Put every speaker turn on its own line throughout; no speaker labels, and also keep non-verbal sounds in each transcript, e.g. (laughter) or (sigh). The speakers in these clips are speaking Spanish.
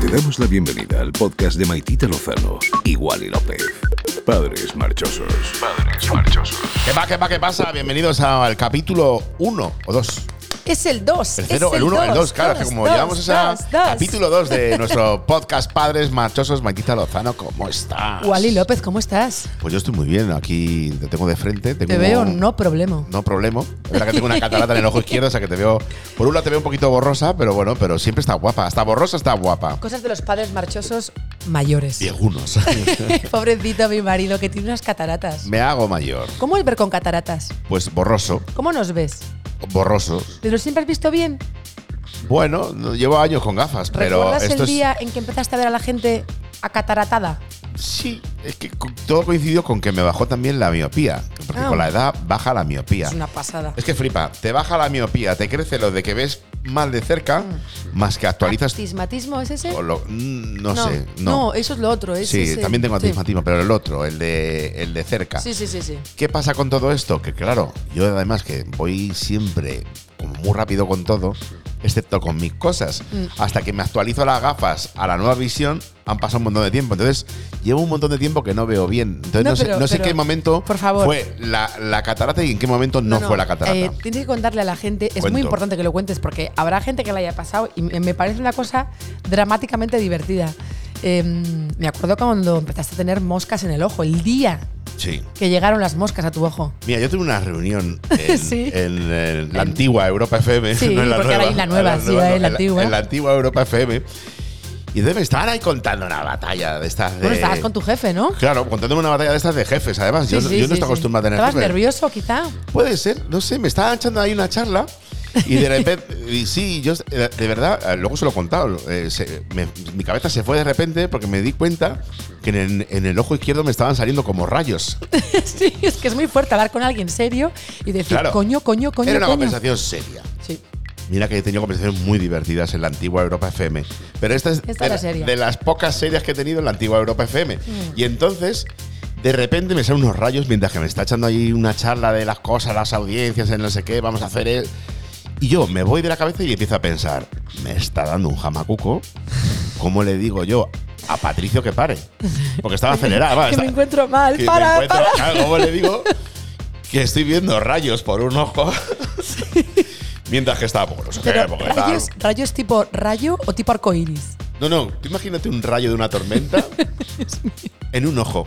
Te damos la bienvenida al podcast de Maitita Lozano y Wally López. Padres marchosos. Padres marchosos.
¿Qué pasa, qué pasa, qué pasa? Bienvenidos a- al capítulo 1 o 2.
Es el 2.
El 0, el 1, el 2, claro, que como llevamos ese capítulo 2 de
(laughs)
nuestro podcast Padres Marchosos, Maitita Lozano, ¿cómo estás?
Wally López, ¿cómo estás?
Pues yo estoy muy bien, aquí te tengo de frente. tengo-
Te veo no problema.
No problema. Es verdad que tengo una catalata en el ojo izquierdo, o sea que te veo. Por un lado te veo un poquito borrosa, pero bueno, pero siempre está guapa. Hasta borrosa está guapa.
Cosas de los padres marchosos mayores.
Y algunos.
(laughs) Pobrecito mi marido que tiene unas
(laughs)
cataratas.
Me hago mayor.
¿Cómo es ver con cataratas?
Pues borroso.
¿Cómo nos ves?
Borroso.
¿Pero siempre has visto bien?
Bueno, no- llevo años con gafas, pero
¿Recuerdas
esto
el
es.
día en que empezaste a ver a la gente acataratada?
Sí, es que co- todo coincidió con que me bajó también la miopía. Porque
Ah.
con la edad baja la miopía.
Es una pasada.
Es que flipa, te baja la miopía, te crece lo de que ves mal de cerca,
Mm.
más que actualizas.
¿Astigmatismo es ese?
o lo- mm, no, sé, no.
eso es lo otro. es
sí,
ese.
también tengo
Sí.
antismatismo, pero el otro, el de, el de cerca.
Sí, sí, sí, sí.
¿Qué pasa con todo esto? Que claro, yo además que voy siempre como muy rápido con todo, excepto con mis cosas.
Mm.
Hasta que me actualizo las gafas a la nueva visión, han pasado un montón de tiempo. Entonces, llevo un montón de tiempo que no veo bien. Entonces,
No,
no, sé-
pero-
no sé en
pero,
qué momento
por favor.
fue la, la catarata y en qué momento no, fue la catarata.
eh, tienes que contarle a la gente, es
Cuento.
muy importante que lo cuentes porque habrá gente que la haya pasado y me me parece una cosa dramáticamente divertida. Eh, me acuerdo cuando empezaste a tener moscas en el ojo, el día
sí.
que llegaron las moscas a tu ojo.
Mira, yo tuve una
(laughs)
reunión en,
Sí.
en, eh, la antigua Europa FM.
Sí,
no en la
porque
nueva,
ahora hay la nueva, sí, ahora hay
no,
la
en
antigua.
En la antigua Europa FM. Y entonces me estaban ahí contando una batalla de estas de.
Bueno, estabas con tu jefe, ¿no?
Claro, contándome una batalla de estas de jefes, además. yo
Sí,
no-
sí,
yo no
sí,
estoy
sí.
acostumbrado a tener
¿Estabas
jefes.
nervioso, quizá? (laughs)
Puede ser, no sé, me estaban echando ahí una charla y de repente,
(laughs)
y sí, yo eh, de verdad, eh, luego se lo he contado, eh, se- me- mi cabeza se fue de repente porque me di cuenta que en el, en el ojo izquierdo me estaban saliendo como rayos.
sí, es que es muy fuerte hablar con alguien serio y decir,
Claro.
coño, coño, coño,
Era una
coño.
conversación seria.
Sí.
Mira que he tenido conversaciones muy divertidas en la antigua Europa FM. Pero esta es
Esta
de,
era
la- Mm.
seria.
de las pocas series que he tenido en la antigua Europa FM. Y entonces, de repente me salen unos rayos mientras que me está echando ahí una charla de las cosas, las audiencias, el no sé qué, vamos a hacer. el- Y yo me voy de la cabeza y empiezo a pensar, me está dando un jamacuco. ¿Cómo le digo yo a Patricio que pare? Porque estaba (laughs) acelerada. va,
que me
está-
encuentro mal,
Ah, que me
para,
encuentro-
para.
Claro, ¿Cómo le digo? Que estoy viendo rayos por un
(laughs)
ojo. Mientras que está por no sé qué,
Pero,
porque está-
¿rayos, ¿Rayos tipo rayo o tipo arcoiris?
No, no, tú imagínate un rayo de una
(laughs)
tormenta en un ojo.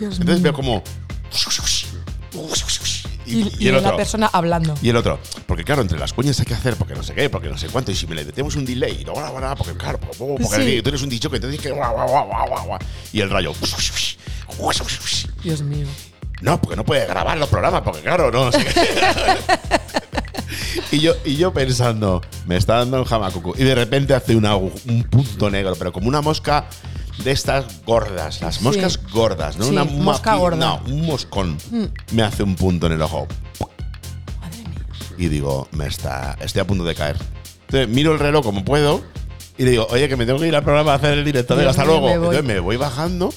Entonces veo como. Y, y
y
el
la
otro.
persona hablando.
Y el otro, porque claro, entre las cuñas hay que hacer, porque no sé qué, porque no sé cuánto, y si me le metemos un delay, y no, bla, bla, porque claro, porque, porque
Sí.
tú eres un dicho que entonces que. guau, guau, guau, guau, guau, Y el rayo. (laughs)
Dios mío.
No, porque no puede grabar los programas, porque claro, no.
(laughs)
sé qué. y, yo, y yo pensando, me está dando un jamacucu. Y de repente hace una agu- un punto negro, pero como una mosca de estas gordas, las moscas
Sí.
gordas, no
Sí,
una
mosca
maqui-
gorda. Mm.
No, un moscón. Me hace un punto en el ojo.
Madre mía.
Y digo, me está, estoy a punto de caer. Entonces miro el reloj como puedo y le digo, oye, que me tengo que ir al programa a hacer el director,
Dios
hasta
mío,
luego.
me voy.
Entonces me voy bajando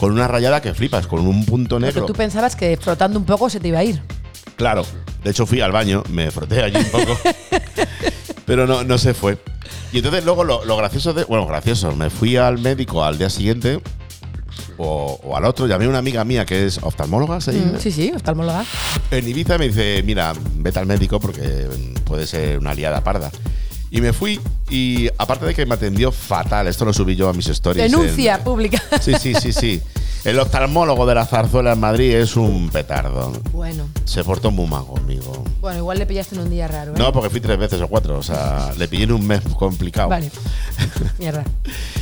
con una rayada que flipas, con un punto negro.
Pero tú pensabas que frotando un poco se te iba a ir.
Claro, de hecho fui al baño, me froté allí un
(laughs)
poco, pero no, no se fue. Y entonces luego lo, lo gracioso de... Bueno, gracioso, me fui al médico al día siguiente o, o al otro, llamé a una amiga mía que es oftalmóloga, ¿se dice?
Mm, Sí, sí, oftalmóloga.
En Ibiza me dice, mira, vete al médico porque mm, puede ser una liada parda. Y me fui y aparte de que me atendió fatal, esto lo subí yo a mis stories. en-
Denuncia pública.
Sí, sí, sí, sí. El oftalmólogo de la zarzuela en Madrid es un petardo.
Bueno,
Se portó muy mal conmigo.
bueno, igual le pillaste en un día raro. ¿eh?
No, porque fui tres veces o cuatro. O sea, le pillé en un mes complicado.
Vale. Mierda.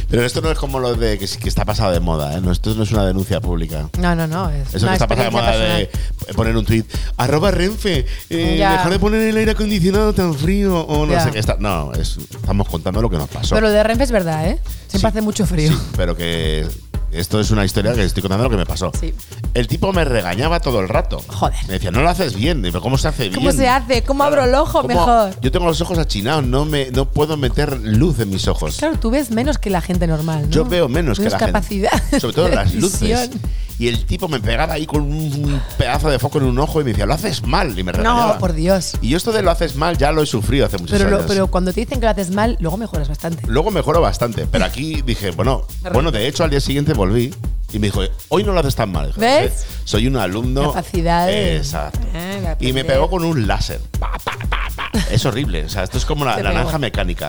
Pero esto no es como lo de que, sí que está pasado de moda, ¿eh? No, esto no es una denuncia pública.
No, no, no. Es
Eso
una
que está pasado de
experiencia
moda
personal.
de poner un tuit. Arroba Renfe. eh,
Ya.
Dejar de poner el aire acondicionado tan frío o no
Ya.
sé qué. Está. No, es- estamos contando lo que nos pasó.
Pero lo de Renfe es verdad, ¿eh? Siempre
Sí.
hace mucho frío.
Sí, pero que esto es una historia que estoy contando lo que me pasó.
Sí.
El tipo me regañaba todo el rato.
Joder.
Me decía, no lo haces bien. Digo, ¿cómo se hace
(laughs) ¿Cómo
bien?
se hace? ¿Cómo abro el ojo
¿Cómo?
mejor?
Yo tengo los ojos achinados, no, me, no puedo meter luz en mis ojos.
Claro, tú ves menos que la gente normal, ¿no?
Yo veo menos que la gente.
capacidad. (laughs)
Sobre todo las luces.
visión.
Y el tipo me pegaba ahí con un pedazo de foco en un ojo y me decía, lo haces mal. Y me regañaba.
No, por Dios.
Y yo esto de lo haces mal ya lo he sufrido hace muchos
Pero, lo-
años.
pero cuando te dicen que lo haces mal, luego mejoras bastante.
Luego mejoró bastante, pero aquí dije, bueno, bueno, de hecho al día siguiente volví y me dijo, hoy no lo haces tan mal. Dije,
¿Ves?
Soy un alumno.
Capacidad de-
Exacto.
Ah, de
y me
aprender.
pegó con un láser. (laughs) Pa, pa, pa, pa. Es horrible. O sea, esto es como la,
Te
la
pegó.
naranja mecánica.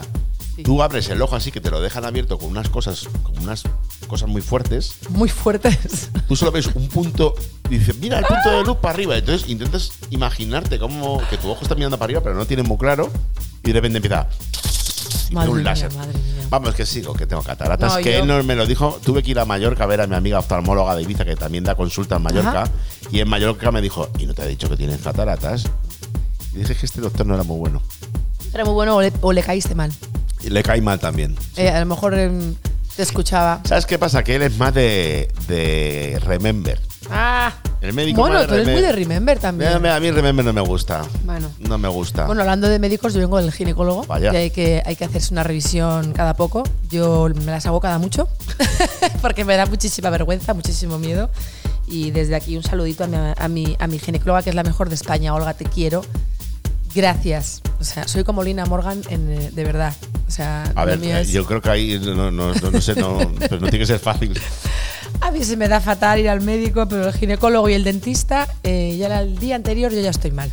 Sí.
Tú abres el ojo así que te lo dejan abierto con unas cosas, con unas cosas muy fuertes.
Muy fuertes.
Tú solo ves un punto y dices, mira el punto de luz para arriba. Entonces intentas imaginarte cómo que tu ojo está mirando para arriba, pero no tienes muy claro. Y de repente empieza. y
Madre
un
mía,
láser.
madre mía.
Vamos, que sigo, que tengo cataratas.
No,
que
yo-
no me lo dijo. Tuve que ir a Mallorca a ver a mi amiga oftalmóloga de Ibiza, que también da consulta en Mallorca.
Ajá.
Y en Mallorca me dijo, ¿y no te ha dicho que tienes cataratas? Y dije que este doctor no era muy bueno.
Era muy bueno o le, o le caíste mal.
Y le cae mal también.
Eh, a lo mejor em, te escuchaba.
¿Sabes qué pasa? Que él es más de, de Remember.
Ah.
El médico
bueno,
más
tú eres muy de
Remember.
Remember también.
A mí- A mí Remember no me gusta.
Bueno.
No me gusta.
Bueno, hablando de médicos, yo vengo del ginecólogo
Vaya.
y hay que, hay que hacerse una revisión cada poco. Yo me las hago cada mucho (laughs) porque me da muchísima vergüenza, muchísimo miedo. Y desde aquí un saludito a mi, a mi, a mi ginecóloga, que es la mejor de España. Olga, te quiero. Gracias. O sea, soy como Lina Morgan en, eh, de verdad. O sea,
a
lo
ver,
mío
eh,
es-
yo creo que ahí no, no- no- no sé, no, pero no tiene que ser fácil.
A mí se me da fatal ir al médico, pero el ginecólogo y el dentista, eh, ya el día anterior yo ya estoy mal.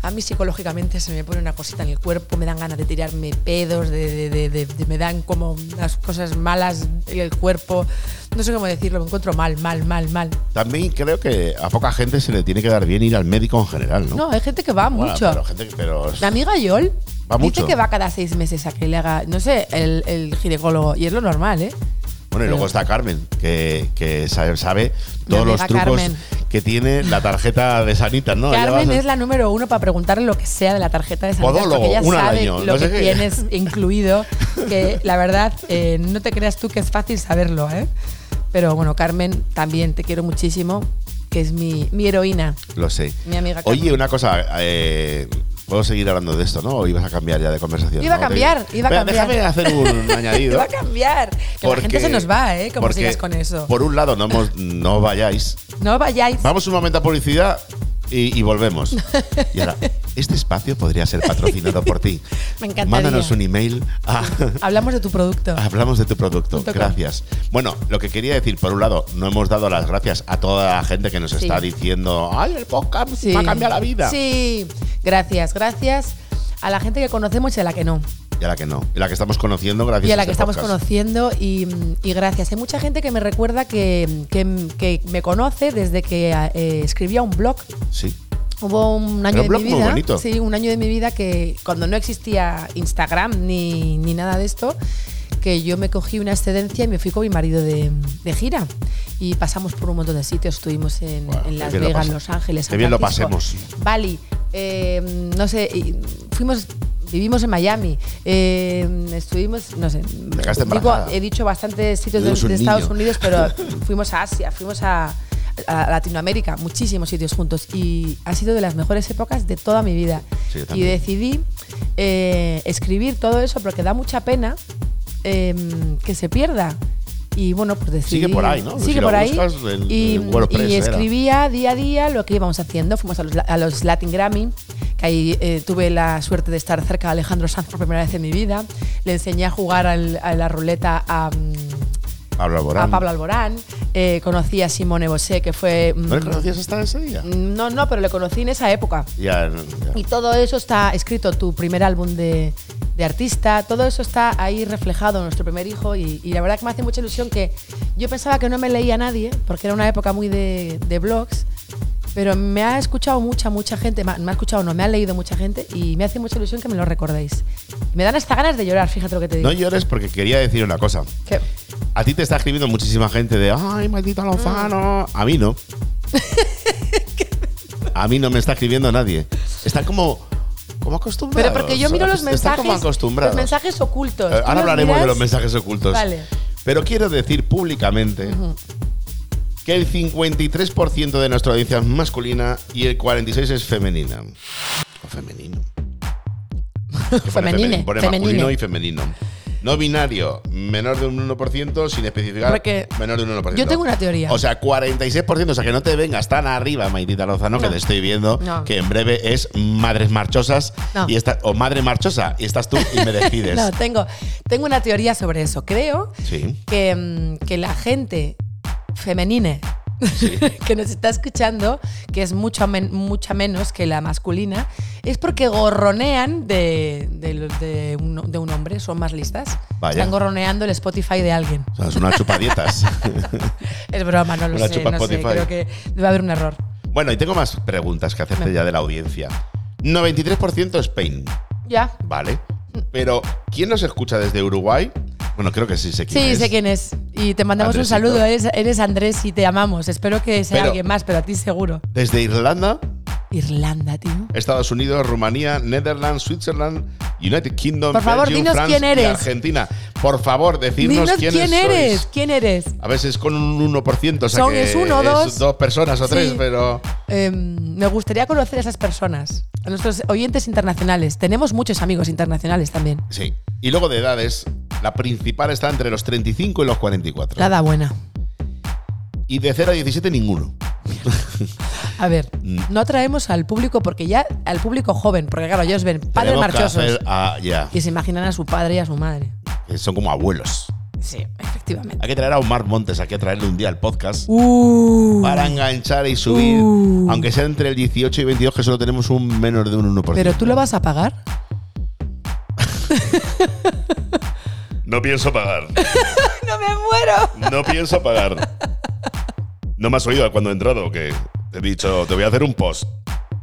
A mí psicológicamente se me pone una cosita en el cuerpo, me dan ganas de tirarme pedos, de, de- de- de- de- me dan como unas cosas malas en el cuerpo. No sé cómo decirlo, me encuentro mal, mal, mal, mal.
También creo que a poca gente se le tiene que dar bien ir al médico en general, ¿no?
No, hay gente que va
Bueno,
mucho.
Pero, gente que- pero-
Mi amiga Yol
Va mucho.
dice que va cada seis meses a que le haga, no sé, el, el ginecólogo, y es lo normal, ¿eh?
bueno, y luego
pero-
está Carmen, que, que sabe, sabe
Mi
todos los
amiga
trucos
Carmen.
que tiene la tarjeta de Sanitas, ¿no? Ya
Carmen
vas a-
es la número uno para preguntarle lo que sea de la tarjeta de sanidad,
Podólogo,
porque ella
un al
sabe
año,
lo
no sé
que
qué. (laughs)
tienes incluido, que la verdad eh, no te creas tú que es fácil saberlo, ¿eh? Pero bueno, Carmen, también te quiero muchísimo, que es mi, mi heroína,
Lo sé.
mi amiga Carmen.
Oye, una cosa, eh, puedo seguir hablando de esto, ¿no? O ibas a cambiar ya de conversación.
Iba a
¿no? Te-
cambiar, iba a
Espera,
cambiar.
Déjame hacer
(laughs)
un añadido.
Te va a cambiar. Que la gente se nos va, ¿eh? Como sigas con eso.
Por un lado, no, hemos- no vayáis.
No vayáis.
Vamos un momento a publicidad y, y volvemos. Y ahora, este espacio podría ser patrocinado por ti.
(laughs) Me encantaría.
Mándanos un email
(laughs)
a
Hablamos de tu producto.
Hablamos de tu producto.
Punto com.
Gracias. Bueno, lo que quería decir, por un lado, no hemos dado las gracias a toda la gente que nos está diciendo, ay, el podcast
Sí.
va a cambiar la vida.
Sí, gracias, gracias a la gente que conocemos y a la que no.
Y a la que no. Y a la que estamos conociendo, gracias
y a
a
la
este
que estamos
podcast.
conociendo y, y gracias. Hay mucha gente que me recuerda que, que- que me conoce desde que eh, escribía un blog.
Sí.
Hubo un
Era
año
un
de
blog
mi
muy
vida,
bonito.
sí, un año de mi vida que cuando no existía Instagram ni, ni nada de esto, que yo me cogí una excedencia y me fui con mi marido de, de gira y pasamos por un montón de sitios, estuvimos en,
Guau,
en
qué
Las
bien lo
Vegas,
pasa-
Los Ángeles,
qué
San
bien lo
Francisco,
pasemos.
Bali, eh, no sé, y fuimos Vivimos en Miami, eh, estuvimos, no sé,
Dejaste
digo,
embarazada.
he dicho bastantes sitios de,
Tuvimos un
de
niño.
Estados Unidos, pero fuimos a Asia, fuimos a, a Latinoamérica, muchísimos sitios juntos. Y ha sido de las mejores épocas de toda mi vida.
Sí, yo
y
también.
decidí eh, escribir todo eso porque da mucha pena eh, que se pierda. Y bueno, pues decidí.
Sigue por ahí, ¿no?
Sigue
Si lo
por ahí.
buscas en-
y,
en WordPress
y
era.
escribía día a día lo que íbamos haciendo. Fuimos a los, la- a los Latin Grammy, que ahí eh, tuve la suerte de estar cerca de Alejandro Sanz por primera vez en mi vida. Le enseñé a jugar al- a la ruleta a. mm,
Pablo Alborán.
a Pablo Alborán. eh, conocí a Simone Bosé, que fue. mm,
¿No le conocías hasta ese día?
mm, no, no, pero le conocí en esa época.
Ya,
Y
ya.
todo eso está escrito, tu primer álbum de, de artista, todo eso está ahí reflejado en nuestro primer hijo. Y, y la verdad que me hace mucha ilusión que yo pensaba que no me leía nadie, porque era una época muy de, de blogs. Pero me ha escuchado mucha, mucha gente, me ha me ha escuchado, no, me ha leído mucha gente y me hace mucha ilusión que me lo recordéis. Me dan hasta ganas de llorar, fíjate lo que te digo.
No llores porque quería decir una cosa.
Que-
A ti te está escribiendo muchísima gente de ¡Ay, maldita
Mm.
Lozano! A mí
(laughs)
no. A mí no me está escribiendo nadie. Están como, como acostumbrados.
Pero porque yo miro los
Están
mensajes.
como acostumbrados.
Los mensajes ocultos.
Eh,
Tú
Ahora
los
hablaremos de
miras-
los mensajes ocultos.
Vale.
Pero quiero decir públicamente que el 53% de nuestra audiencia es masculina y el 46% es femenina.
(laughs)
O femenino. Que pone
Femenine,
Pone
femenine.
masculino y femenino. No binario, menor de un 1%, sin especificar
Porque
menor de un 1%.
yo tengo una teoría.
O sea, 46%, o sea, que no te vengas tan arriba, Maitita Lozano, que
No.
te estoy viendo,
No.
que en breve es Madres Marchosas
No.
y esta- o Madre Marchosa, y estás tú y
(laughs)
me decides.
No, tengo, tengo una teoría sobre eso. Creo
Sí,
que, mm, que la gente femenina (laughs) que nos está escuchando, que es mucho men- mucha menos que la masculina, es porque gorronean de, de lo- de un, de un hombre, son más listas.
Vaya.
Están gorroneando el Spotify de alguien.
o sea, es una chupadietas. (laughs)
Es broma, no lo
Una
sé,
chupa
no sé,
Spotify.
creo que debe haber un error.
bueno, y tengo más preguntas que hacerte ya de la audiencia. 93% Spain,
Ya.
¿vale? Pero, ¿quién nos escucha desde Uruguay? Bueno, creo que sí sé quién
Sí,
es.
sé quién es. Y te mandamos
Andresito.
un saludo. Eres, eres Andrés y te amamos. Espero que sea
Pero-
alguien más, pero a ti seguro.
Desde Irlanda,
Irlanda, tío.
Estados Unidos, Rumanía, Netherlands, Switzerland, United Kingdom,
Por favor,
Belgium,
dinos
France
quién
y
eres.
Argentina. Por favor, decidnos
Dinos quién,
quiénes
eres.
sois.
¿Quién eres?
A veces con un 1%, o sea
Son-
que
es uno, dos.
dos personas o
Sí.
tres, pero
Em, me gustaría conocer a esas personas, a nuestros oyentes internacionales. Tenemos muchos amigos internacionales también.
sí. Y luego de edades, la principal está entre los 35 y los 44.
La da buena.
Y de 0 a 17 ninguno.
A ver,
Mm.
no traemos al público porque ya al público joven, porque claro, ellos ven
Tenemos
padres
que
marchosos
hacer a- ya,
y se imaginan a su padre y a su madre.
que son como abuelos.
Sí, efectivamente.
Hay que traer a Omar Montes aquí a traerle un día al podcast.
Uh,
Para enganchar y subir,
Uh.
aunque sea entre el 18 y 22, que solo tenemos un menor de un 1%.
pero tú lo vas a pagar.
No pienso pagar.
No me muero.
No pienso pagar. No me has oído cuando he entrado, que te he dicho, te voy a hacer un post.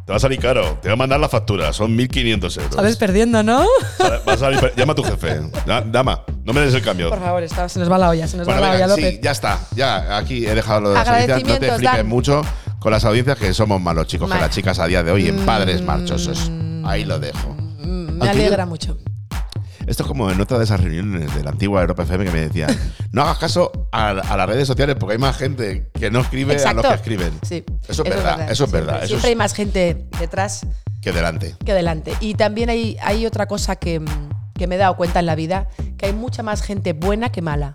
Te va a salir caro, te va a mandar la factura, son 1.500 euros.
Sabes
(laughs)
perdiendo, ¿no?
Vas a salir- llama a tu jefe. Da- Dama, no me des el cambio.
Por favor, está- se nos va la olla, se nos
Bueno,
va la
venga,
olla,
sí,
López.
ya está. Ya aquí he dejado lo de las audiencias. No te
Agradecimientos,
flipes
Dan.
mucho con las audiencias, que somos malos chicos, que
Vale.
las chicas a día de hoy en padres marchosos. Ahí lo dejo.
Mm,
Aunque
Me alegra
yo-
mucho.
Esto es como en otra de esas reuniones de la antigua Europa FM que me
(laughs)
decían, no hagas caso a, a las redes sociales porque hay más gente que no escribe a los que escriben.
Sí,
Eso es verdad, eso es verdad.
Siempre,
Eso
siempre hay
es
más gente detrás
que delante.
que delante. Y también hay, hay otra cosa que, mm, que me he dado cuenta en la vida, que hay mucha más gente buena que mala.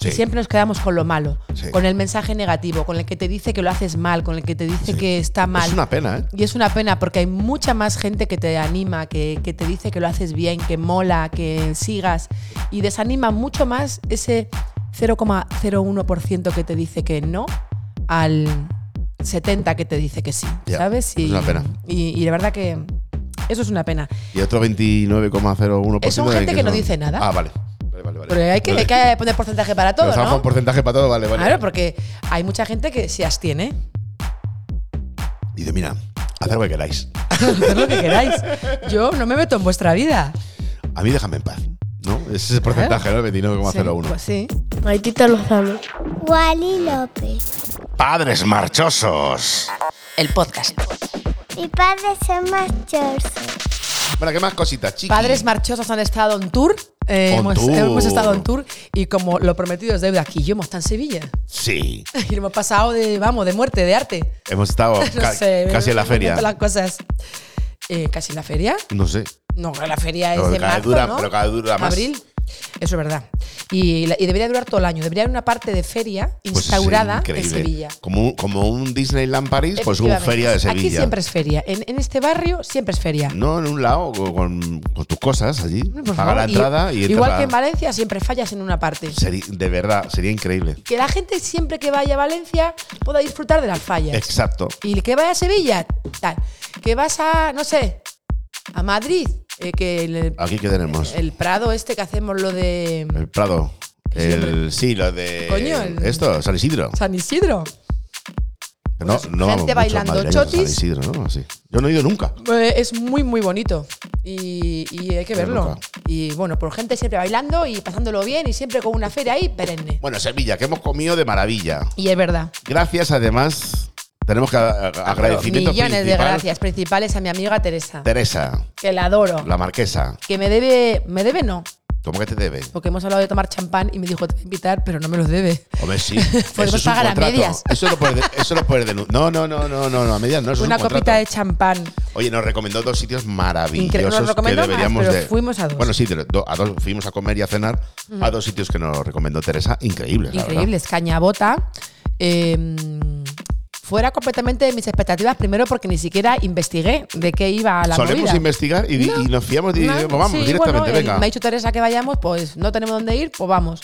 Sí.
Y siempre nos quedamos con lo malo,
Sí.
con el mensaje negativo, con el que te dice que lo haces mal, con el que te dice
Sí.
que está mal.
Es una pena, ¿eh?
Y es una pena porque hay mucha más gente que te anima, que, que te dice que lo haces bien, que mola, que sigas. Y desanima mucho más ese 0,01% que te dice que no al 70% que te dice que sí.
Ya,
¿Sabes? Y,
es una pena.
Y, y de verdad que eso es una pena.
Y otro 29,01%.
Es un
de
gente que no dice nada.
Ah, vale. Vale, vale, vale.
Pero hay que, hay que poner porcentaje para
Pero
todo,
estamos con
¿no?
porcentaje para todo, vale, vale.
Claro, porque hay mucha gente que se abstiene. (laughs)
Y dice, mira, haced lo que queráis.
Haced lo que queráis. Yo no me meto en vuestra vida.
A mí déjame en paz. ¿No? Ese es el porcentaje, ¿no? El 29,01.
Sí, pues sí.
Maitita Lozano.
Wally López.
pues.
Padres marchosos.
El podcast.
Mi padre es más
Bueno, ¿qué más cositas, chicos?
Padres marchosos han estado en tour. Eh,
On
hemos,
tour.
hemos estado en tour y como lo prometido es deuda, aquí yo hemos estado en Sevilla. (laughs)
Sí.
Y lo hemos pasado de, vamos, de muerte, de arte.
Hemos estado
(laughs) No
ca-
sé,
casi en la
me invento
feria.
Las cosas. Eh, ¿Casi en la feria?
No sé.
No, la feria es
Pero
de
cada
marzo,
dura-
¿no?
pero cada dura más.
Abril. Eso es verdad. Y, la- y debería durar todo el año. Debería haber una parte de feria
Pues es
instaurada en
increíble.
Sevilla.
Como, un- como un Disneyland París, pues un
Efectivamente.
feria de Sevilla.
Aquí siempre es feria. En, en este barrio siempre es feria.
No en un lado, co- con, con tus cosas allí.
Por
Paga
favor.
la
Y-
entrada y, entra
Igual
la-
que en Valencia siempre fallas en una parte.
Sería- De verdad, sería increíble.
que la gente siempre que vaya a Valencia pueda disfrutar de las fallas.
Exacto.
Y el que vaya a Sevilla, tal. Que vas a, no sé, a Madrid, eh, que el,
Aquí que tenemos. El,
el Prado este que hacemos lo de
Prado.
Que
El, sí, lo de.
Coño, el-
Esto, San Isidro.
San Isidro.
No, no
pues, gente
vamos muchos
bailando
madrileños a
chotis.
San Isidro, ¿no? Así. Yo no he ido nunca.
Eh, es muy, muy bonito. Y, y hay
Qué
que verlo.
loca.
Y bueno, por gente siempre bailando y pasándolo bien y siempre con una feria ahí perenne.
Bueno, Sevilla, que hemos comido de maravilla.
Y es verdad.
Gracias, además, tenemos que a- a- agradecimiento
Millones de
principal,
gracias principales a mi amiga Teresa,
Teresa,
que la adoro.
la marquesa.
que me debe, me debe no,
¿Cómo que te debe?
Porque hemos hablado de tomar champán y me dijo, te voy a invitar, pero no me los debe.
Hombre, sí.
(laughs) Podemos
eso es un
pagar a
contrato.
medias.
Eso lo puedes, eso lo puedes denunciar. No, no, no, no, no, no, a medias no. Eso es
Una
un contrato.
copita de champán.
Oye, nos recomendó dos sitios
Incre-
maravillosos
nos
que
recomendó más,
deberíamos
pero
de.
fuimos a dos.
Bueno, sí, de- do- a dos fuimos a comer y a cenar a dos sitios que nos recomendó Teresa, increíbles. la verdad.
Increíbles. Cañabota. eh, fuera completamente de mis expectativas, primero porque ni siquiera investigué de qué iba la
Solemos
movida.
investigar y, di-
No.
y nos fiamos y
No,
digo, vamos
sí,
directamente,
bueno, eh,
venga.
Me ha dicho Teresa que vayamos, pues no tenemos dónde ir, pues vamos.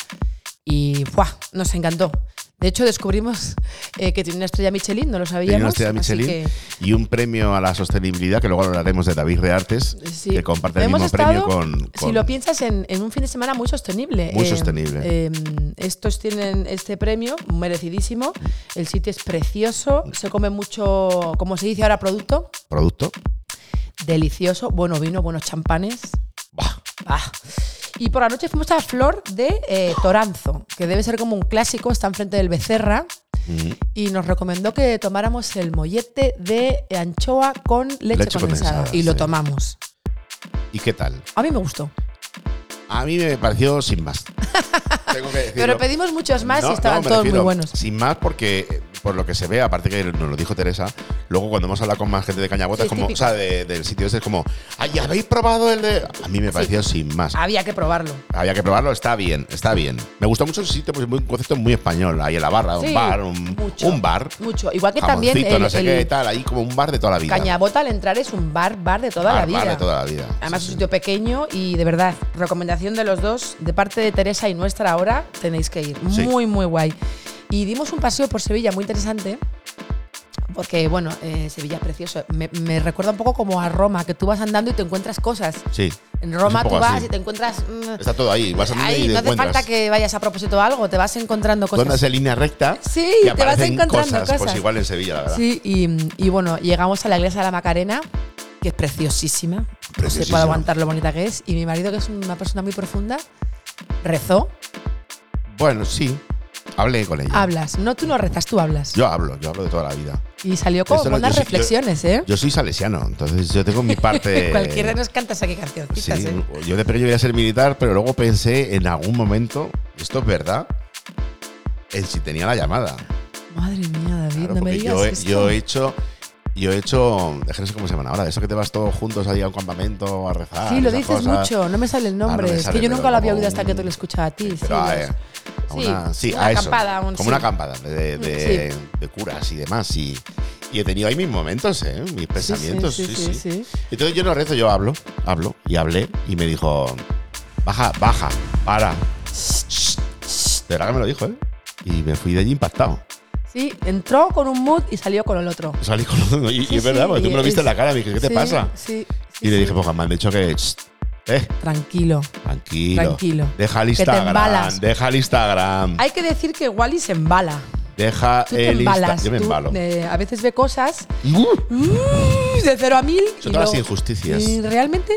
Y ¡buah! nos encantó. De hecho, descubrimos eh, que tiene una estrella Michelin, no lo
Tenía una
sabíamos.
estrella
así
Michelin
que-
y un premio a la sostenibilidad, que luego hablaremos de David Reartes,
Sí.
que comparte el
Hemos
mismo
estado,
premio con,
Si
con-
lo piensas, en, en un fin de semana muy sostenible.
Muy sostenible.
eh, estos tienen este premio, merecidísimo. El sitio es precioso. Se come mucho, como se dice ahora, producto.
producto.
Delicioso. Bueno vino, buenos champanes.
Bah,
Ah. Y por la noche fuimos a Flor de eh, Toranzo, que debe ser como un clásico, está enfrente del Becerra.
mm,
Y nos recomendó que tomáramos el mollete de anchoa con leche,
Leche
condensada.
condensada,
Y lo
sí.
tomamos.
¿Y qué tal?
A mí me gustó.
A mí me pareció sin
(laughs)
más. Tengo que decirlo.
Pero pedimos muchos más
No,
y estaban
no, me
todos
refiero,
muy buenos.
Sin más, porque eh, por lo que se ve, aparte que nos lo dijo Teresa, luego cuando hemos hablado con más gente de Cañabota,
Sí,
es como,
típico.
o sea, de- del sitio ese es como, ay, ¿habéis probado el de.? A mí me pareció sin más.
Había que probarlo.
Había que probarlo, está bien, está bien. Me gustó mucho el sitio, pues muy- un concepto muy español, ahí en la barra, un
Sí,
bar, un,
mucho,
un bar.
Mucho. Igual que
jamoncito,
también el,
no sé
el
qué, tal, ahí como un bar de toda la vida.
Cañabota al entrar es un bar, bar de toda
Bar,
la vida.
bar de toda la vida.
Además
Sí,
es
sí.
un sitio pequeño y de verdad, recomendación de los dos, de parte de Teresa y nuestra ahora, tenéis que ir.
Sí.
Muy, muy guay. Y dimos un paseo por Sevilla muy interesante. Porque, bueno, eh, Sevilla es precioso. Me, me recuerda un poco como a Roma, que tú vas andando y te encuentras cosas.
Sí.
En
es un
Roma tú
poco
vas
así.
y te encuentras. mm,
Está todo ahí, vas a
ahí, no hace falta que vayas a propósito a algo, te vas encontrando cosas.
Donde es en línea recta.
Sí,
y
te vas
aparecen
encontrando
Pues
cosas.
igual en Sevilla, la verdad.
Sí, y, y bueno, llegamos a la iglesia de la Macarena, que es preciosísima. No se
Preciosísima.
puede aguantar lo bonita que es. Y mi marido, que es una persona muy profunda, rezó.
Bueno, sí. Hablé con ella.
Hablas. No, tú no rezas, tú hablas.
Yo hablo, yo hablo de toda la vida.
y salió con
Eso lo-
buenas
yo sí-
reflexiones, ¿eh?
Yo soy salesiano, entonces yo tengo mi
(laughs)
parte.
Cualquiera nos canta aquí cancioncitas,
Sí,
¿eh?
yo de pequeño quería ser militar, pero luego pensé en algún momento, esto es verdad, en si tenía la llamada.
Madre mía, David,
Claro,
no me
porque
digas
yo, he-
esto.
yo he hecho. Yo he hecho. No sé cómo se llaman ahora, eso que te vas todos juntos ahí a un campamento a rezar.
Sí, lo
esas
dices
cosas. Ah,
mucho, no me sale el
no me
nombre. es
sale,
que yo
pero
nunca lo había
como
oído hasta que te
un-
lo escuchaba a ti.
Sí,
sí,
pero Ah, eh, a,
los-
a una,
sí,
sí,
una
a eso.
acampada, un-
como
sí.
una acampada de, de- de curas y demás. Y, y he tenido ahí mis momentos, ¿eh? mis
sí, sí,
pensamientos.
sí, sí,
sí.
sí.
Entonces yo no rezo, yo hablo, hablo y hablé y me dijo, baja, baja, para. De verdad que me lo dijo, ¿eh? Y me fui de allí impactado.
Sí, entró con un mood y salió con el otro.
Salí con y, y
Sí,
es verdad,
sí,
porque tú
y
me lo viste en
es-
la cara, me dije, ¿qué te
Sí,
pasa?
Sí. sí,
y le
sí.
dije, pues me han dicho que... Eh,
Tranquilo.
tranquilo.
Tranquilo.
Deja el
Que te
Instagram.
embalas.
Deja el Instagram.
Hay que decir que Wally se embala.
Deja
Tú te
el Instagram.
embalas.
Eh, Yo me
tú,
embalo.
eh, a veces ve cosas
Uh.
mm, de cero a mil.
Son
y
todas
luego-
injusticias.
Y realmente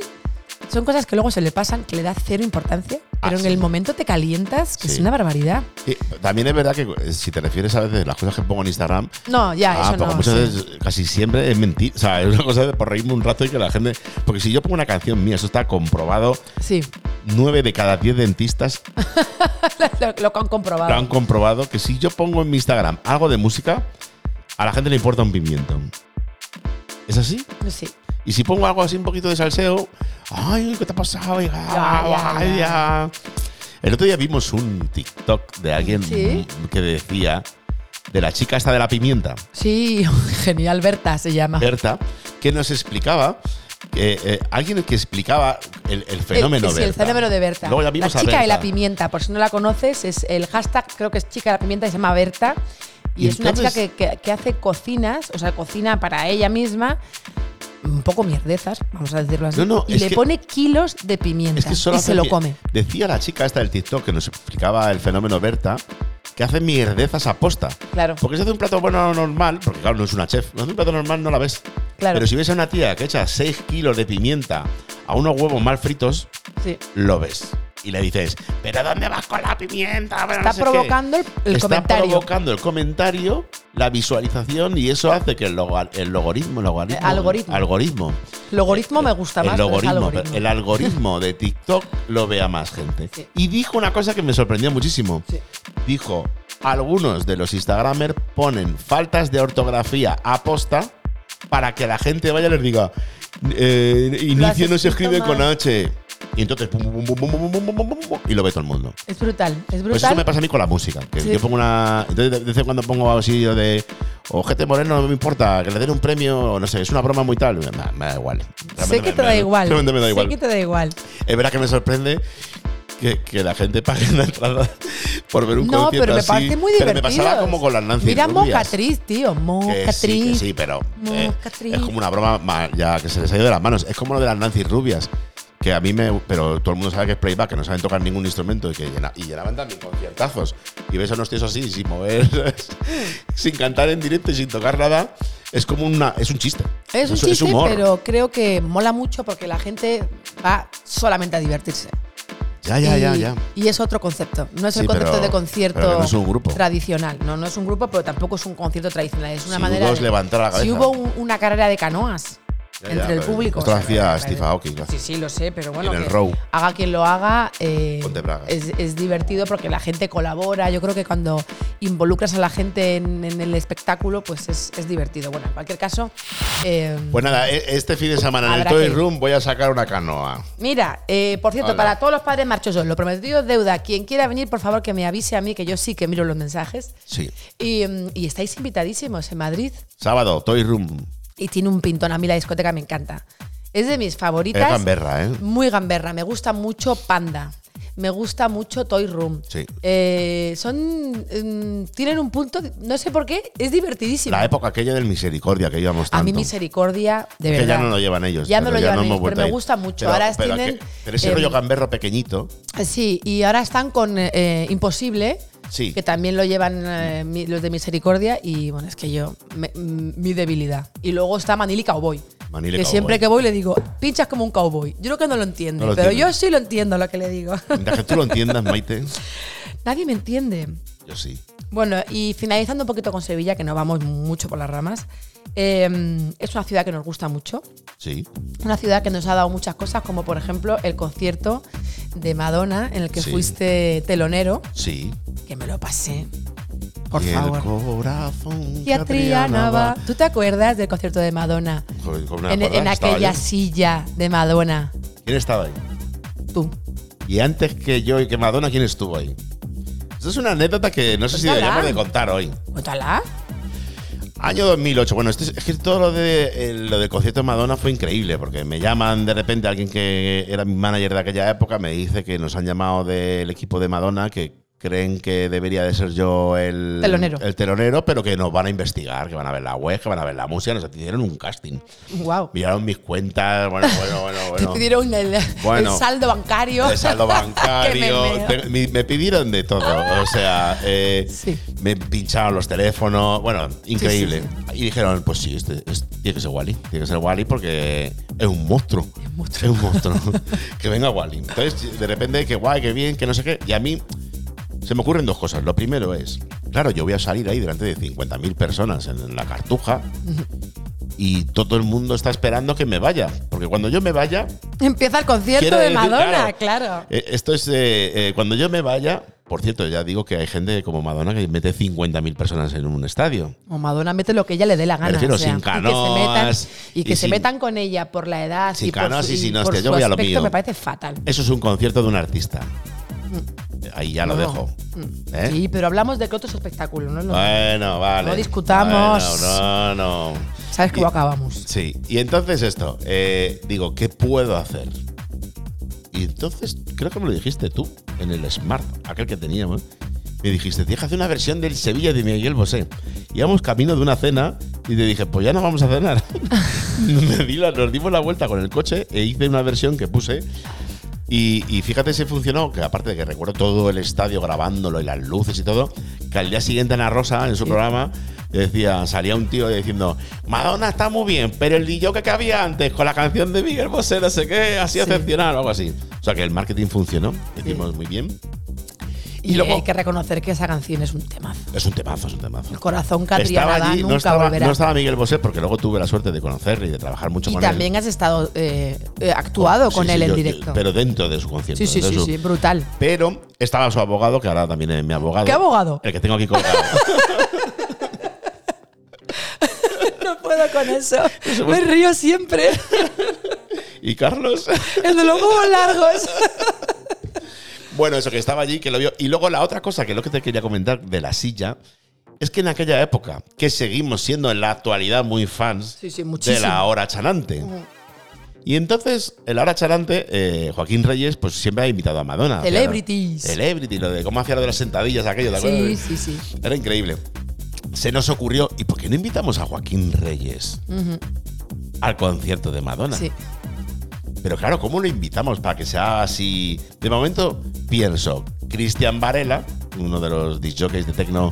son cosas que luego se le pasan, que le da cero importancia,
Ah,
pero en
sí.
el momento te calientas, que
Sí.
es una barbaridad.
Y también es verdad que eh, si te refieres a veces a las cosas que pongo en Instagram,
No, ya,
ah,
eso
porque
no.
muchas
sí.
veces casi siempre es mentira. O sea, es una cosa de por reírme un rato y que la gente. Porque si yo pongo una canción mía, eso está comprobado.
Sí, (laughs)
Nueve de cada diez dentistas
lo, lo han comprobado.
lo han comprobado que si yo pongo en mi Instagram algo de música, a la gente le importa un pimiento. ¿Es así?
Sí.
Y si pongo algo así un poquito de salseo, ay, ¿qué te ha pasado? hija?
Ya, ya,
Ay,
ya.
ya. El otro día vimos un TikTok de alguien
Sí.
que decía de la chica esta de la pimienta,
Sí, (laughs) genial, Berta se llama.
Berta, que nos explicaba que, eh, alguien que explicaba el, el fenómeno
El- sí,
Berta.
el fenómeno de Berta.
Luego ya vimos
la
a
chica de la
Berta.
pimienta, por si no la conoces, es el hashtag, creo que es chica de la pimienta, y se llama Berta. Y,
Y
es una chica
entonces-
que, que- que hace cocinas, o sea, cocina para ella misma, un poco mierdezas, vamos a decirlo así.
No, no,
y
es
le
que-
pone kilos de pimienta
Es que solo
y se
hace
lo
mi-
come.
Decía la chica esta del TikTok que nos explicaba el fenómeno Berta que hace mierdezas aposta.
Claro.
Porque si hace un plato bueno normal, porque claro, no es una chef, no hace un plato normal, no la ves.
Claro.
Pero si ves a una tía que echa 6 kilos de pimienta a unos huevos mal fritos,
Sí.
lo ves. y le dices, ¿pero dónde vas con la pimienta? Pero no
Está
sé qué".
provocando el, el
Está
comentario.
provocando el comentario, la visualización y eso hace que el, loga- el logaritmo, logaritmo,
Eh, algoritmo.
algoritmo,
Logaritmo me gusta
el
más. pero es
logaritmo,
algoritmo.
el algoritmo de TikTok lo vea más gente.
Sí.
Y dijo una cosa que me sorprendió muchísimo.
Sí.
Dijo, algunos de los Instagramers ponen faltas de ortografía aposta para que la gente vaya y les diga, eh, inicio no se
escrito
escribe con
mal".
H. Y entonces, pum, pum, pum, pum, pum, pum, pum, pum, pum, pum, y lo ve todo el mundo.
Es brutal, es
Pues eso
brutal.
me pasa a mí con la música. Que
Sí.
Yo pongo una. Entonces, de de vez en cuando pongo así de. Ojete Moreno, no me importa, que le den un premio, o no sé, es una broma muy tal. Me, me- me da igual.
sé
Realmente
que
me-
te da
me-
igual.
Realmente me da igual.
Sé que te da igual.
Es verdad que me sorprende que, que la gente pague una entrada por ver un
No,
concierto
pero me
así.
parece muy
Pero
divertido.
me pasaba como con las Nancy
Mira
Rubias.
Mocatriz, tío.
Que sí, que
Mocatriz.
sí, pero eh,
Mocatriz.
es como una broma ma- ya que se les ha ido de las manos. Es como lo de las Nancy Rubias, que a mí me. Pero todo el mundo sabe que es playback, que no saben tocar ningún instrumento y que llena- y llenaban también conciertazos. Y ves a unos tíos así, sin mover, (laughs) sin cantar en directo y sin tocar nada. Es como una. Es un chiste.
Es un chiste, pero creo que mola mucho porque la gente va solamente a divertirse.
Ya, ya,
y,
ya, ya.
y es otro concepto. No es
Sí,
el concepto
pero-
de concierto
pero que no es un grupo.
tradicional. No, no es un grupo, pero tampoco es un concierto tradicional. Es una
Si
manera.
hubo,
de-
os levantara la
Si
cabeza.
hubo un- una carrera de canoas
Ya, ya,
entre el
pero
público.
esto lo
o sea,
hacía
me parece-
Steve Aoki, lo hacía.
Sí, sí, lo sé, pero bueno.
en el
que
Row.
Haga quien lo haga, eh,
Ponte bragas.
es, es divertido porque la gente colabora. Yo creo que cuando involucras a la gente en, en el espectáculo, pues es, es divertido. Bueno, en cualquier caso. eh,
Pues nada, e- este fin de semana en el
Habrá
Toy
que-
Room voy a sacar una canoa.
Mira, eh, por cierto,
Hola.
para todos los padres marchosos, lo prometido es deuda. Quien quiera venir, por favor, que me avise a mí, que yo sí que miro los mensajes.
Sí.
Y, mm, y estáis invitadísimos en Madrid.
Sábado, Toy Room.
Y tiene un pintón a mí la discoteca, me encanta. Es de mis
Es
favoritas.
gamberra, ¿eh?
Muy gamberra. Me gusta mucho Panda. Me gusta mucho Toy Room.
Sí.
Eh, son. mm, tienen un punto. No sé por qué. Es divertidísimo.
La época aquella del misericordia que íbamos tanto.
A mí misericordia, de
que
verdad.
ya no lo llevan ellos.
Ya no
pero
lo
hemos
llevan ellos, pero
vuelto
me
a ir.
gusta mucho.
Pero-
Ahora
pero
tienen,
que- pero ese
em,
rollo gamberro pequeñito.
Sí, y ahora están con eh, eh, Imposible,
Sí.
que también lo llevan eh, mi- los de Misericordia, y bueno, es que yo, me- mm, mi debilidad. Y luego está Manili Cowboy.
Manila
que
Cowboy.
siempre que voy le digo, pinchas como un cowboy. Yo creo que no lo entiende,
No lo
pero
entiende.
yo sí lo entiendo lo que le digo. (laughs)
Mientras que tú lo entiendas, Maite.
Nadie me entiende.
Yo sí.
Bueno, y finalizando un poquito con Sevilla, que no vamos mucho por las ramas, eh, es una ciudad que nos gusta mucho.
Sí.
Una ciudad que nos ha dado muchas cosas, como por ejemplo el concierto de Madonna, en el que
Sí.
fuiste telonero.
Sí.
que me lo pasé. Por
Y El
favor.
corazón. que
Tía Triana va. ¿Tú te acuerdas del concierto de Madonna?
Joder, ¿cómo no me
En, en
acordaba? Estaba
aquella
yo.
silla de Madonna.
¿Quién estaba ahí?
Tú.
Y antes que yo y que Madonna, ¿quién estuvo ahí? Esto es una anécdota que no sé si
Cuéntala.
deberíamos de contar hoy.
Cuéntala.
Año 2008. Bueno, esto es, es que todo lo de eh, lo del concierto de Madonna fue increíble, porque me llaman de repente alguien que era mi manager de aquella época, me dice que nos han llamado del equipo de Madonna, que creen que debería de ser yo el
Telonero.
el telonero, pero que nos van a investigar, que van a ver la web, que van a ver la música, nos hicieron un casting.
Wow.
Miraron mis cuentas, bueno, bueno,
(laughs)
bueno, bueno.
Te pidieron el,
Bueno.
el saldo bancario.
El
(laughs)
saldo
Que
bancario.
me meo.
Te- me, me pidieron de todo. O sea, eh,
Sí.
me pincharon los teléfonos. Bueno, increíble.
Sí,
Y dijeron, pues sí, este, este- tiene que ser Wally. Tiene que ser Wally porque es un monstruo. Es un monstruo. (laughs) que venga Wally. Entonces, de repente, que guay, que bien, que no sé qué. Y a mí se me ocurren dos cosas. Lo primero es, claro, yo voy a salir ahí delante de 50.000 personas en la cartuja. Y todo el mundo está esperando que me vaya. Porque cuando yo me vaya,
Empieza el concierto
Quiero
de
decir,
Madonna,
claro.
claro.
eh, esto es eh, eh, cuando yo me vaya. Por cierto, ya digo que hay gente como Madonna que mete 50.000 personas en un estadio.
O Madonna mete lo que ella le dé la gana.
refiero,
o sea,
sin canoas,
Y que se metan, y que
y
se
sin-
metan con ella por la edad.
Sin
y por
canoas
su-
y sin
por
hostia, yo
su
voy a lo
aspecto,
mío.
Me parece fatal.
Eso es un concierto de un artista. Ahí ya lo
No.
dejo. ¿Eh?
Sí, pero hablamos de que otro es espectáculo, ¿no? es lo mismo.
Bueno, vale.
No discutamos.
Bueno, no, no.
Sabes
Y-
cómo acabamos.
Sí, y entonces esto, eh, digo, ¿qué puedo hacer? Y entonces, creo que me lo dijiste tú, en el Smart, aquel que teníamos, me dijiste, tienes que hacer una versión del Sevilla de Miguel Bosé. Íbamos camino de una cena y te dije, pues ya no vamos a cenar. (laughs) Me di la- nos dimos la vuelta con el coche e hice una versión que puse. Y, y fíjate si funcionó, que aparte de que recuerdo todo el estadio grabándolo y las luces y todo, que al día siguiente Ana Rosa, en su programa, Y decía, salía un tío diciendo, Madonna está muy bien, pero el DJ que había antes con la canción de Miguel Bosé, no sé qué, así
Sí.
excepcional o algo así. O sea que el marketing funcionó, lo
Sí.
hicimos muy bien. Y,
Y,
luego...
hay que reconocer que esa canción es un temazo.
es un temazo, es un temazo.
El corazón catrianada
allí,
nunca
no, estaba,
volverá.
no estaba Miguel Bosé porque luego tuve la suerte de conocerle y de trabajar mucho
y
con
también
él.
has estado eh, eh, actuado
Sí,
con
sí,
él en
yo-
directo.
Pero dentro de su concierto.
sí, sí,
dentro
sí,
de su- (laughs)
sí, brutal.
Pero estaba su abogado, que ahora también es mi abogado.
¿Qué abogado?
El que tengo aquí colgado. (laughs)
No puedo con eso.
Me
Me río siempre.
y Carlos. (laughs)
El de los huevos largos.
Ah, bueno, eso que estaba allí, que lo vio. Y luego la otra cosa que es lo que te quería comentar de la silla. Es que en aquella época, que seguimos siendo en la actualidad muy fans
Sí, sí,
de
muchísimo.
la hora charante. Y entonces, el ahora charante, eh, Joaquín Reyes, pues siempre ha invitado a Madonna.
Celebrities.
Hacía lo- Celebrity, lo de cómo hacía lo de las sentadillas, aquello, ¿te acuerdas?
Sí, sí, sí.
Era increíble. Se nos ocurrió, ¿y por qué no invitamos a Joaquín Reyes
Ujú,
al concierto de Madonna?
sí.
Pero claro, ¿cómo lo invitamos para que sea así? De momento, pienso, Cristian Varela, uno de los disc jockeys de techno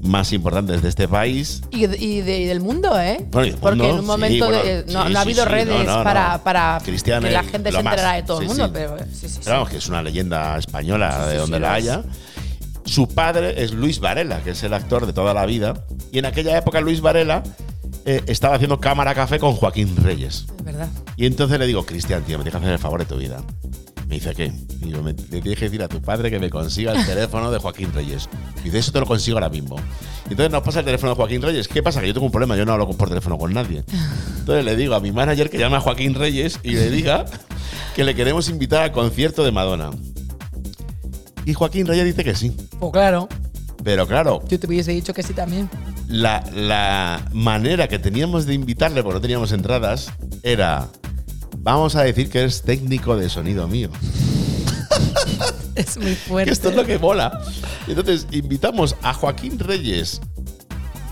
más importantes de este país.
Y, de- y de- y del mundo, ¿eh?
Bueno, y del
Porque
mundo,
en un
sí,
momento
bueno,
de- eh, no,
sí,
no ha
sí,
habido
sí, no,
redes
no, no.
para, para
Cristian
que la
es
gente
lo
se
más.
enterara de todo el
Sí,
mundo.
sí.
Pero eh, sí, sí,
Pero vamos, que es una leyenda española
Sí, sí,
de donde
sí,
la
lo es.
haya. Su padre es Luis Varela, que es el actor de toda la vida. Y en aquella época Luis Varela eh, estaba haciendo cámara café con Joaquín Reyes.
sí. Es verdad.
Y entonces le digo, Cristian, tío, me tienes que hacer el favor de tu vida. Me dice, ¿qué? Y yo, me, le tienes que decir a tu padre que me consiga el teléfono de Joaquín Reyes. Y dice, eso te lo consigo ahora mismo. Y entonces nos pasa el teléfono de Joaquín Reyes. ¿Qué pasa? Que yo tengo un problema, yo no hablo con- por teléfono con nadie. Entonces le digo a mi manager que llame a Joaquín Reyes y le diga que le queremos invitar al concierto de Madonna. Y Joaquín Reyes dice que sí.
Pues claro,
Pero claro,
yo te hubiese dicho que sí también. (laughs)
la, la manera que teníamos de invitarle, porque no teníamos entradas, era, vamos a decir que es técnico de sonido mío. (laughs)
Es muy
Que
fuerte.
esto es lo que mola. Entonces, invitamos a Joaquín Reyes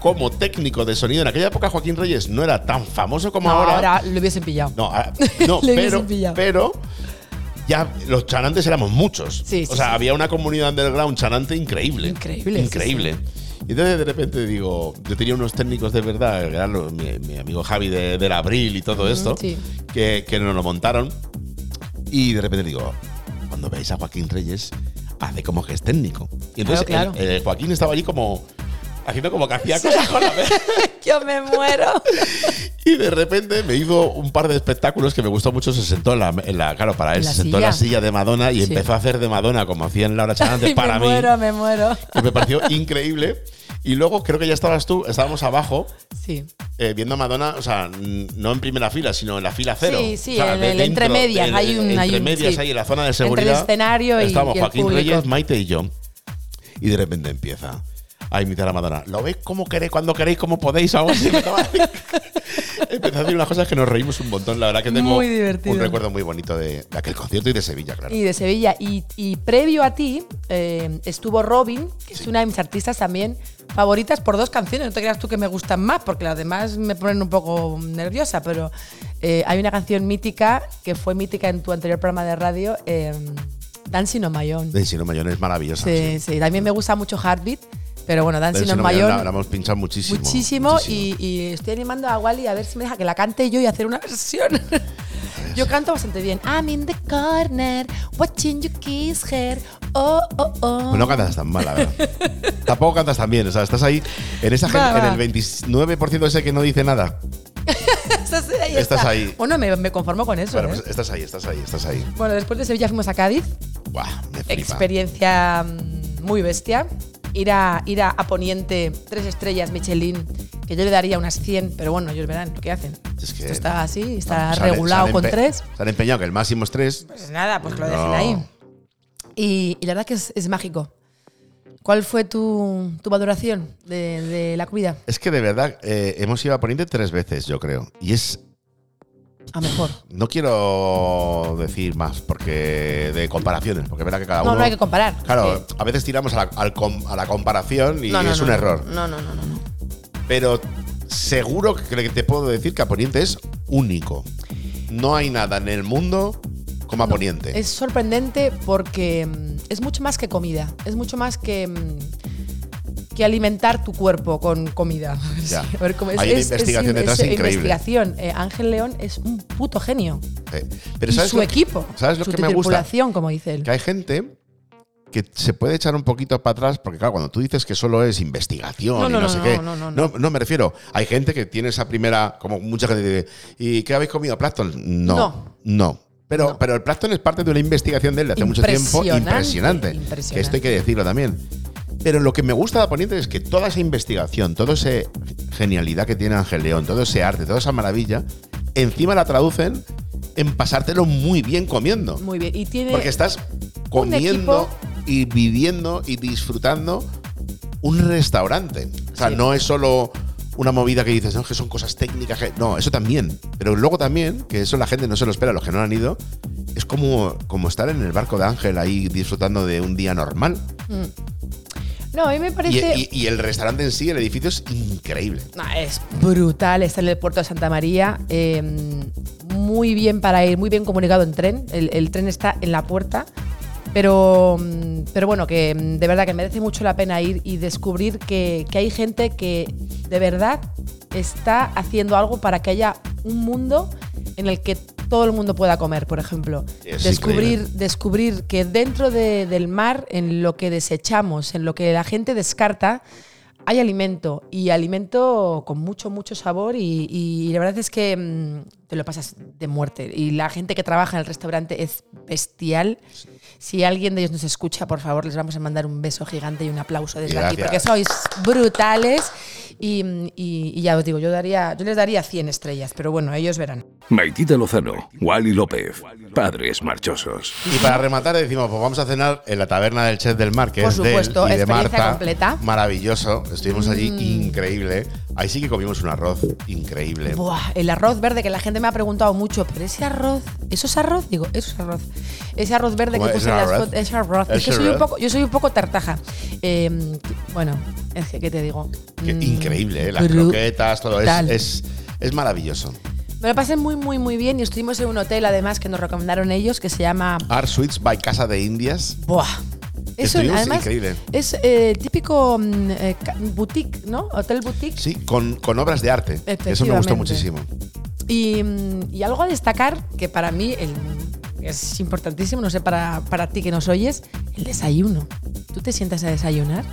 como técnico de sonido. En aquella época Joaquín Reyes no era tan famoso como
No,
ahora.
ahora lo hubiesen pillado.
No,
(laughs)
ahora- no pero,
Le hubiesen pillado.
pero ya los chanantes éramos muchos.
Sí, sí,
o sea,
sí.
había una comunidad underground chanante increíble.
Increíble, sí,
Increíble. Y entonces de repente digo, yo tenía unos técnicos de verdad, que eran los- mi, mi amigo Javi de- del Abril y todo esto,
sí.
que, que nos lo montaron. Y de repente digo, cuando veáis a Joaquín Reyes, hace como que es técnico. Y entonces
Claro,
el- el Joaquín estaba allí como haciendo como que hacía cosas con
(laughs)
la vez.
Yo
(laughs)
me muero.
Y de repente me hizo un par de espectáculos que me gustó mucho. Se sentó en la, en la- claro, para él,
En la
se sentó en la
silla.
silla de Madonna y
Sí.
empezó a hacer de Madonna como hacía en Laura
(laughs)
Chanante
Y
Ah, para
me
mí.
muero, me muero.
Que me pareció increíble. Y luego creo que ya estabas tú, estábamos abajo
Sí.
eh, viendo a Madonna, o sea, n- no en primera fila, sino en la fila cero.
Sí, sí,
O sea,
en
de
el
dentro,
entremedias,
en-
hay un-
en
hay un-
entremedias,
sí.
ahí en la zona de
Entre el
seguridad.
escenario y-
Estábamos
y el
Joaquín
público.
Reyes, Maite y yo. Y de repente empieza a imitar a Madonna. ¿Lo veis como queréis, cuando queréis, como podéis? Vamos (laughs) Empezó a decir unas cosas que nos reímos un montón. La verdad que tengo
Muy divertido.
un recuerdo muy bonito de, de aquel concierto y de Sevilla, claro.
Y de Sevilla. Y, y previo a ti eh, estuvo Robin, que es una de mis artistas también favoritas por dos canciones. No te creas tú que me gustan más, porque las demás me ponen un poco nerviosa, pero eh, hay una canción mítica que fue mítica en tu anterior programa de radio, eh, Dancing on My Own.
De Sino Mayón es maravillosa.
Sí, sí. También me gusta mucho Heartbeat, pero bueno,
De
Dancing on
Sino
My
Mayón la,
Own.
la hemos pinchado muchísimo.
Muchísimo, Y, y estoy animando a Wally a ver si me deja que la cante yo y hacer una versión. Yo canto bastante bien. I'm in the corner, watching you kiss her. Oh, oh, oh.
Pues
(laughs)
no cantas tan mal, la verdad. Tampoco cantas tan bien. O sea, estás ahí en, esa
Va,
gente,
va.
en el 29% ese que no dice nada.
estás ahí.
estás
está.
ahí.
Bueno, me, me conformo con eso.
Bueno,
¿eh?
pues estás ahí, estás ahí, estás ahí.
Bueno, después de Sevilla fuimos a Cádiz.
Buah, me flipa.
Experiencia mm, muy bestia. Ir a, ir a, a Poniente, tres estrellas Michelin, que yo le daría unas 100, pero bueno, ellos verán lo que hacen.
Es que-
Esto está así, está
Vamos, se han-
regulado
se han
con
empe-
tres.
Se han empeñado que el máximo es tres.
Pues nada, pues que lo
No.
dejen ahí. Y, y la verdad es que es, es mágico. ¿Cuál fue tu, tu valoración de, de la comida?
Es que de verdad eh, hemos ido a Poniente tres veces, yo creo. Y es.
A mejor.
No quiero decir más porque de comparaciones, porque es verdad que cada
No,
uno.
no hay que comparar.
Claro,
porque-
a veces tiramos a la, al com- a la comparación y
No, no,
es
no,
un
no.
error.
No, no, no, no. no.
Pero seguro que que te puedo decir que Aponiente es único. No hay nada en el mundo como Aponiente.
Es sorprendente porque mm, es mucho más que comida. Es mucho más que, mm, que alimentar tu cuerpo con comida. (laughs)
Ya.
A ver cómo es.
Hay una
es- es-
investigación
es-
detrás
es
increíble.
investigación. Eh, Ángel León es un puto genio.
Eh, pero
y
¿sabes
su
lo que-
equipo.
¿Sabes lo
su
que me gusta?
tripulación, como dice él.
Que hay gente que se puede echar un poquito para atrás, porque claro, cuando tú dices que solo es investigación
No,
y
no,
no,
no,
sé
no,
qué.
no, no, no.
me refiero. Hay gente que tiene esa primera, como mucha gente dice, ¿y qué habéis comido? ¿Plancton? No. No.
No.
Pero,
No.
pero el plancton es parte de una investigación de él de hace mucho tiempo
Impresionante,
impresionante.
impresionante.
Que esto hay que decirlo también. Pero lo que me gusta de Poniente es que toda esa investigación, toda esa genialidad que tiene Ángel León, todo ese arte, toda esa maravilla, encima la traducen en pasártelo muy bien comiendo.
Muy bien. Y tiene.
Porque estás comiendo
equipo-
y viviendo y disfrutando un restaurante. O sea,
Sí.
no es solo una movida que dices, no, que son cosas técnicas. que-". No, eso también. Pero luego también, que eso la gente no se lo espera, los que no han ido, es como, como estar en el barco de Ángel ahí disfrutando de un día normal.
no, a mí me
Y, e-
parece.
y- y el restaurante en sí, el edificio es increíble.
No, es brutal, está en el puerto de Santa María. eh, muy bien para ir, muy bien comunicado en tren. El, el tren está en la puerta. Pero, mm, pero bueno, que mm, de verdad que merece mucho la pena ir y descubrir que, que hay gente que de verdad está haciendo algo para que haya un mundo en el que todo el mundo pueda comer, por ejemplo.
Es
descubrir,
increíble.
descubrir que dentro de- del mar, en lo que desechamos, en lo que la gente descarta, hay alimento y alimento con mucho, mucho sabor y, y la verdad es que mm, te lo pasas de muerte. Y la gente que trabaja en el restaurante es bestial. Si alguien de ellos nos escucha, por favor, les vamos a mandar un beso gigante y un aplauso desde aquí,
Gracias.
porque sois brutales. Y, mm, y- y ya os digo, yo, daría, yo les daría 100 estrellas, pero bueno, ellos verán.
Maitita Lozano, Wally López, Padres Marchosos.
Y para rematar decimos, pues vamos a cenar en la taberna del Chef del Mar, que
Por
es de él
supuesto,
y de
experiencia
Marta.
completa. Mm.
Maravilloso. Estuvimos allí, increíble. Ahí sí que comimos un arroz increíble.
Buah, el arroz verde, que la gente me ha preguntado mucho, pero ese arroz, ¿eso es arroz? Digo, eso es arroz. Ese arroz verde que
¿Cómo es
puse en las
arroz?
fotos, es arroz.
¿Es
Es que soy un
arroz?
poco, yo soy un poco tartaja. Eh, bueno, es que, ¿qué te digo?
Que
Mm,
increíble, ¿eh? las
bru-
croquetas, todo. Es,
Tal.
es, es maravilloso.
Me lo pasé muy, muy, muy bien y estuvimos en un hotel, además, que nos recomendaron ellos, que se llama
Art Sweets by Casa de Indias.
Buah. Eso,
Estuvimos
además,
increíble.
es eh, típico mm, eh, ca- boutique, ¿no? Hotel boutique.
Sí, con, con obras de arte. Eso me gustó
Efectivamente.
muchísimo.
Y, mm, y algo a destacar, que para mí el- es importantísimo, no sé, para, para ti que nos oyes, el desayuno. Tú te sientas a desayunar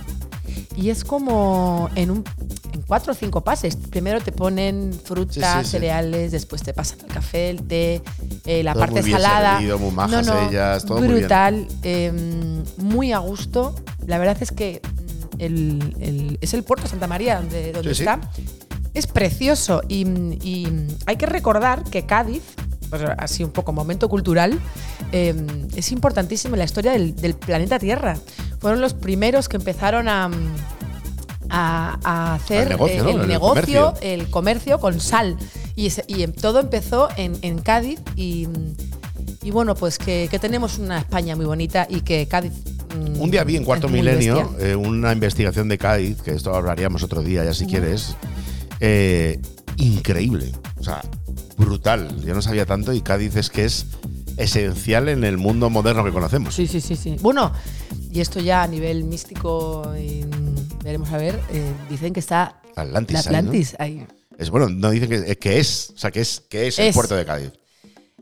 y es como en, un, en cuatro o cinco pases. Primero te ponen fruta,
Sí, sí, sí.
cereales, después te pasan el café, el té, eh, la
Todo
parte
muy bien
salada.
servido, muy majas ellas, todo muy bien.
brutal, eh, muy a gusto. La verdad es que mm, el- el- es el puerto Santa María donde, donde
Sí, sí.
está. Es precioso y, y hay que recordar que Cádiz, pues, así un poco momento cultural, eh, es importantísimo en la historia del, del planeta Tierra. Fueron los primeros que empezaron a, a- a hacer
Al negocio,
eh,
¿no?
el,
El
negocio,
comercio.
el comercio con sal. Y, se- y em- todo empezó en, en Cádiz y, y bueno, pues que, que tenemos una España muy bonita y que Cádiz... mm,
Un día vi en
es
Cuarto
muy
Milenio
bestia.
eh, una investigación de Cádiz, que esto hablaríamos otro día ya si quieres, eh, increíble, o sea, brutal. Yo no sabía tanto y Cádiz es que es esencial en el mundo moderno que conocemos.
Sí, sí, sí, sí. Bueno, y esto ya a nivel místico, y, mm, veremos a ver, eh, dicen que está
Atlantis.
la
ahí, ¿no?
Atlantis ahí.
Es bueno, no dicen que, que es, o sea, que es, que es, el
Es.
puerto de Cádiz.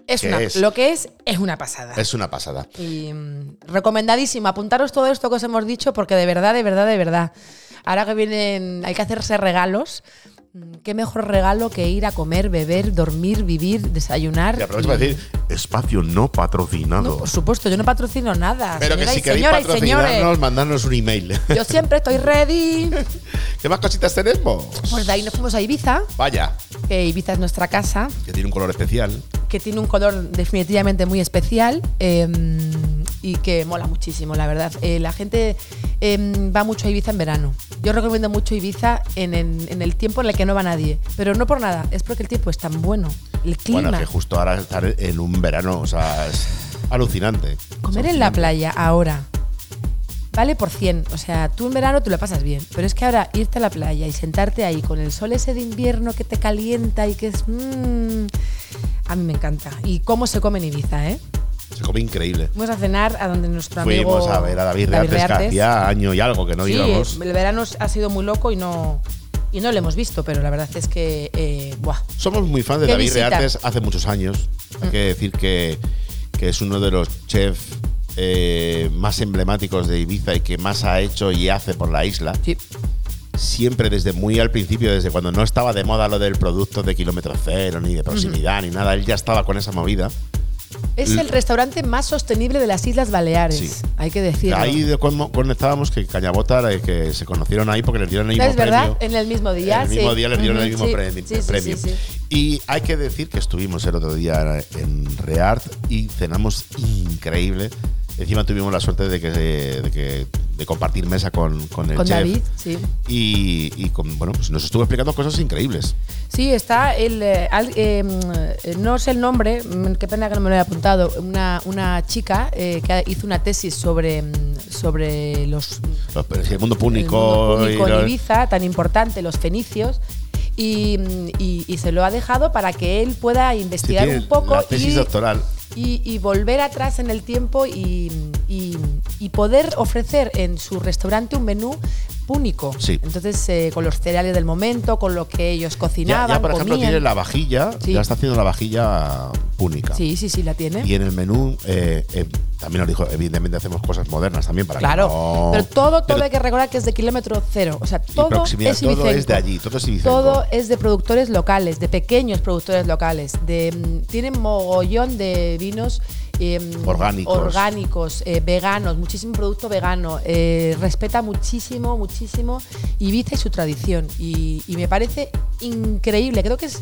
Es
¿Qué
una-
es?
Lo que es, es una pasada.
Es una pasada.
Y mm, recomendadísimo, apuntaros todo esto que os hemos dicho, porque de verdad, de verdad, de verdad. Ahora que vienen, hay que hacerse regalos. mm, Qué mejor regalo que ir a comer, beber, dormir, vivir, desayunar.
Y aprovecho para
y-
decir, espacio no patrocinado.
No, por supuesto, yo no patrocino nada.
Pero que
señoras
si
y
queréis
señores y
patrocinarnos,
señores,
mandarnos un email. (laughs)
yo siempre estoy ready.
¿Qué más cositas tenemos?
Pues de ahí nos fuimos a Ibiza,
Vaya,
que Ibiza es nuestra casa.
que tiene un color especial.
que tiene un color definitivamente muy especial eh, y que mola muchísimo, la verdad. Eh, la gente eh, va mucho a Ibiza en verano. Yo recomiendo mucho Ibiza en, en- en el tiempo en el que no va nadie, pero no por nada, es porque el tiempo es tan bueno, el clima.
Bueno, que justo ahora estar en un verano, o sea, es alucinante.
Comer en la playa ahora vale por 100. O sea, tú en verano tú lo pasas bien. Pero es que ahora irte a la playa y sentarte ahí con el sol ese de invierno que te calienta y que es. mm, a mí me encanta. Y cómo se come en Ibiza, ¿eh?
Se come increíble.
Fuimos a cenar a donde nuestro amigo.
Fuimos a ver a David Reartes, que
Reartes.
hacía año y algo que no
sí,
íbamos.
el verano ha sido muy loco y no, y no lo hemos visto, pero la verdad es que. eh, buah.
Somos muy fans de
¿Qué
David
visita? Mm.
Reartes hace muchos años. Hay que decir que, que es uno de los chefs eh, más emblemáticos de Ibiza y que más ha hecho y hace por la isla.
Sí.
Siempre desde muy al principio, desde cuando no estaba de moda lo del producto de kilómetro cero, ni de proximidad, ni nada, él ya estaba con esa movida.
Es el restaurante más sostenible de las Islas Baleares,
Sí.
hay que decirlo.
Ahí de cómo conectábamos que Cañabota, eh, que se conocieron ahí porque les dieron el mismo
¿Es verdad?
premio.
En el mismo día.
El mismo
sí.
día les dieron el
Ujú,
mismo
sí.
premi-
Sí, sí, sí,
premio.
sí.
Y hay que decir que estuvimos el otro día en Reart y cenamos increíble. Encima tuvimos la suerte de que de, que- de compartir mesa con, con el
Con
chef.
David, sí.
Y, y con- bueno, pues nos estuvo explicando cosas increíbles.
Sí, está el. eh, al- eh, mm, eh, no sé el nombre, mm, qué pena que no me lo haya apuntado. Una, una chica eh, que hizo una tesis sobre, mm, sobre los.
Los- pero sí, el mundo
el
púnico.
mundo púnico
y
en
los-
Ibiza, tan importante, los fenicios. Y, mm, y- y se lo ha dejado para que él pueda
sí,
investigar
tiene
un poco
La tesis
y,
doctoral.
y- y volver atrás en el tiempo y, y- y poder ofrecer en su restaurante un menú púnico.
Sí.
Entonces, eh, con los cereales del momento, con lo que ellos
Ya,
cocinaban,
ya, por ejemplo,
comían.
tiene la vajilla.
Sí.
Ya está haciendo la vajilla púnica.
Sí, sí, sí, la tiene.
Y en el menú, eh, eh, también os dijo, evidentemente hacemos cosas modernas también para que
Claro,
no-
pero todo, todo
Pero-
hay que recordar que es de kilómetro cero. O sea,
y
todo es
proximidad, todo
ibicenco.
es de allí, todo es ibicenco.
Todo es de productores locales, de pequeños productores locales. De, mm, tienen mogollón de vinos eh,
Orgánicos.
orgánicos, eh, veganos, muchísimo producto vegano. eh, respeta muchísimo, muchísimo Ibiza y su tradición. Y, y me parece increíble. Creo que es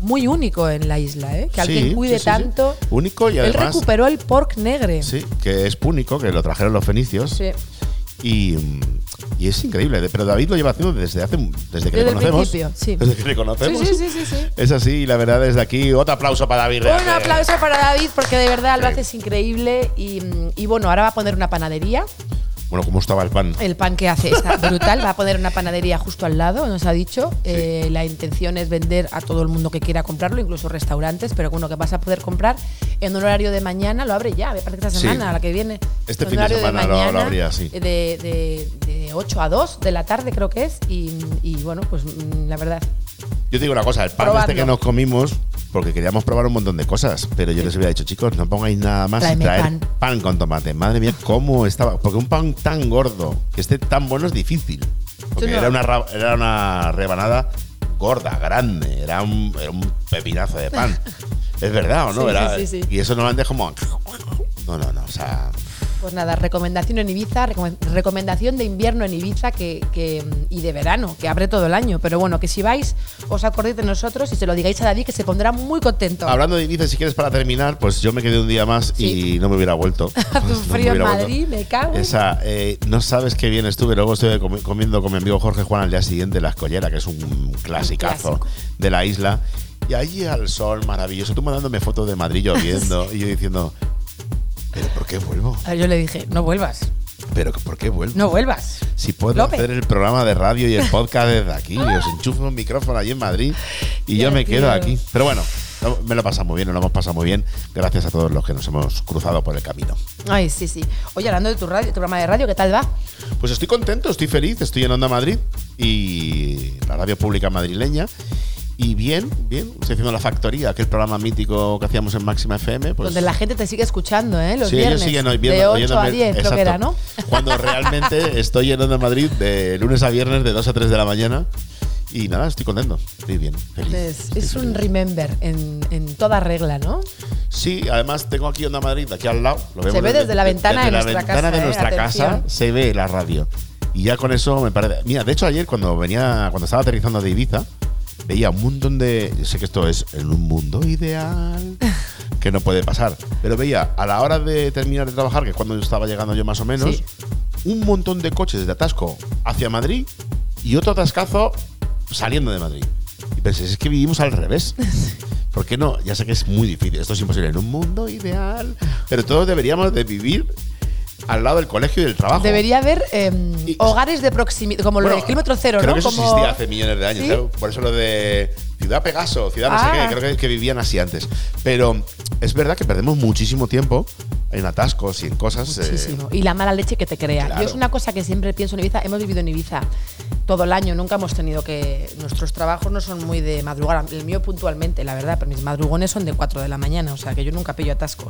muy único en la isla, ¿eh? que alguien
Sí,
cuide
sí, sí, sí.
tanto.
Único y
Él
además.
recuperó el pork negre.
Sí, que es púnico, que lo trajeron los fenicios.
Sí.
Y, mm, y es increíble. de- Pero David lo lleva haciendo desde hace desde que
Desde
le
el
conocemos.
principio, sí.
Desde que le conocemos.
Sí, sí, sí, sí, sí.
Es así, y la verdad, desde aquí, otro aplauso para David.
Un
Rearte.
aplauso para David porque de verdad lo
Sí.
haces increíble y, mm, y bueno, ahora va a poner una panadería.
Bueno, ¿cómo estaba el pan?
El pan que
(laughs)
hace está brutal. Va a poner una panadería justo al lado, nos ha dicho. Eh, la intención es vender a todo el mundo que quiera comprarlo, incluso restaurantes, pero uno que vas a poder comprar en un horario de mañana, lo abre ya, me parece que esta
Sí.
semana, la que viene.
Este
En
fin de
horario eh,
semana lo- lo abría, sí.
De, de- de 8 a 2 de la tarde, creo que es. Y, y, bueno, pues mm, la verdad.
Yo te digo una cosa, el pan
Probadlo.
este que nos comimos, porque queríamos probar un montón de cosas, pero yo les hubiera dicho, chicos, no pongáis nada más
Tráeme
y traer
pan.
pan. con tomate. Madre mía, cómo estaba. Porque un pan tan gordo, que esté tan bueno, es difícil. Porque
Yo no-
era, una, ra- era una rebanada gorda, grande, era un, era un pepinazo de
(laughs)
pan. es verdad, ¿o no?
Sí,
Era-
sí, sí, sí.
Y eso normalmente es como... No, no, no, o sea...
Pues nada, recomendación en Ibiza, recome- recomendación de invierno en Ibiza que, que, mm, y de verano, que abre todo el año. Pero bueno, que si vais, os acordéis de nosotros y se lo digáis a David, que se pondrá muy contento.
Hablando de Ibiza, si quieres para terminar, pues yo me quedé un día más
Sí.
y no me hubiera
(laughs)
vuelto.
A tu
No me
frío en
hubiera vuelto.
Madrid, me cago. en-
Esa, eh, no sabes qué bien estuve. Luego estuve comi- comiendo con mi amigo Jorge Juan al día siguiente la escollera, que es un clasicazo
clásico.
de la isla. Y allí al sol, maravilloso. Tú mandándome fotos de Madrid
(laughs)
lloviendo y yo diciendo, ¿pero por qué vuelvo?
A ver, Ah, Yo le dije, no vuelvas,
¿Pero por qué vuelvo?
no vuelvas.
Si puedo
Lope.
hacer el programa de radio y el podcast desde aquí, os enchufo un micrófono allí en Madrid y
Ya,
yo me
tío.
quedo aquí. Pero bueno, no- me lo he pasado muy bien, nos lo hemos pasado muy bien. Gracias a todos los que nos hemos cruzado por el camino.
Ay, sí, sí. Oye, hablando de tu, radio, tu programa de radio, ¿qué tal va?
Pues estoy contento, estoy feliz, estoy en Onda Madrid y la radio pública madrileña. Y bien, bien, estoy haciendo La Factoría, aquel programa mítico que hacíamos en Máxima FM. Pues,
Donde la gente te sigue escuchando, ¿eh? Los
Sí, ellos
viernes.
siguen hoy
de
viendo-
8 a
oyéndome-
10, creo que era, ¿no?
exacto.
(laughs)
Cuando realmente estoy en Onda Madrid de lunes a viernes de 2 a 3 de la mañana. Y nada, estoy contento, estoy bien, feliz.
Pues, Es,
estoy
es un
feliz.
remember en, en toda regla, ¿no?
Sí, además tengo aquí Onda Madrid, aquí al lado. Lo
Se
vemos
ve desde la ventana de
desde
nuestra
la ventana
casa,
de
¿eh?
nuestra casa
Atención.
se ve la radio. Y ya con eso me parece. Mira, de hecho ayer cuando venía, cuando estaba aterrizando de Ibiza, veía un montón de. Yo sé que esto es en un mundo
(laughs)
ideal que no puede pasar. Pero veía a la hora de terminar de trabajar, que es cuando estaba llegando yo más o menos,
Sí.
un montón de coches de atasco hacia Madrid y otro atascazo saliendo de Madrid. Y pensé, es que vivimos al
(laughs)
revés. ¿Por qué no? Ya sé que es muy difícil, esto es imposible en un mundo ideal, pero todos deberíamos de vivir al lado del colegio y del trabajo.
Debería haber em,
Y-
hogares de proximidad, como lo
Bueno,
del kilómetro cero,
creo
¿no?
que eso
como...
existía hace millones de años.
¿Sí?
claro. Por eso lo de Ciudad Pegaso, Ciudad no
Ah.
sé qué, creo que, que vivían así antes. Pero es verdad que perdemos muchísimo tiempo en atascos y en cosas. eh,
Muchísimo. Y la mala leche que te crea.
Claro.
Yo es una cosa que siempre pienso en Ibiza. Hemos vivido en Ibiza todo el año. Nunca hemos tenido que. Nuestros trabajos no son muy de madrugar. El mío puntualmente, la verdad. Pero mis madrugones son de 4 de la mañana. O sea que yo nunca pillo atasco.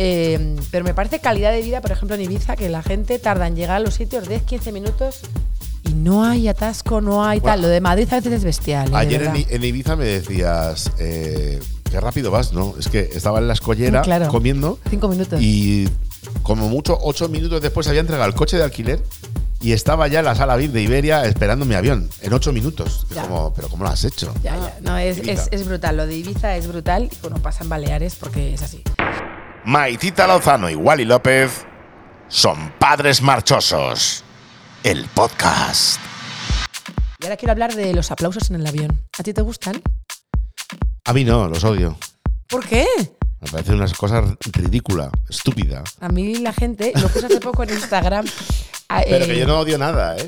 Eh, pero me parece calidad de vida, por ejemplo, en Ibiza, que la gente tarda en llegar a los sitios 10, 15 minutos y no hay atasco, no hay
Bueno,
tal. Lo de Madrid a veces es bestial. eh, de
ayer en,
verdad.
I- en Ibiza me decías, eh, qué rápido vas, ¿no? Es que estaba en la escollera
Claro.
comiendo
Cinco minutos.
y como mucho, ocho minutos después había entregado el coche de alquiler. Y estaba ya en la sala VIP de Iberia esperando mi avión en ocho minutos.
Ya.
Como, ¿Pero cómo lo has hecho?
Ya, ya. No, es,
Ibiza.
es- es brutal. Lo de Ibiza es brutal. Y bueno, pasan Baleares porque es así.
Maitita Lozano y Wally López son padres marchosos. El podcast.
Y ahora quiero hablar de los aplausos en el avión. ¿A ti te gustan?
A mí no, los odio.
¿Por qué?
Me parecen unas cosas ridículas, estúpida.
A mí la gente, lo puse hace poco en Instagram. a-
Pero
eh,
que yo no odio nada, ¿eh?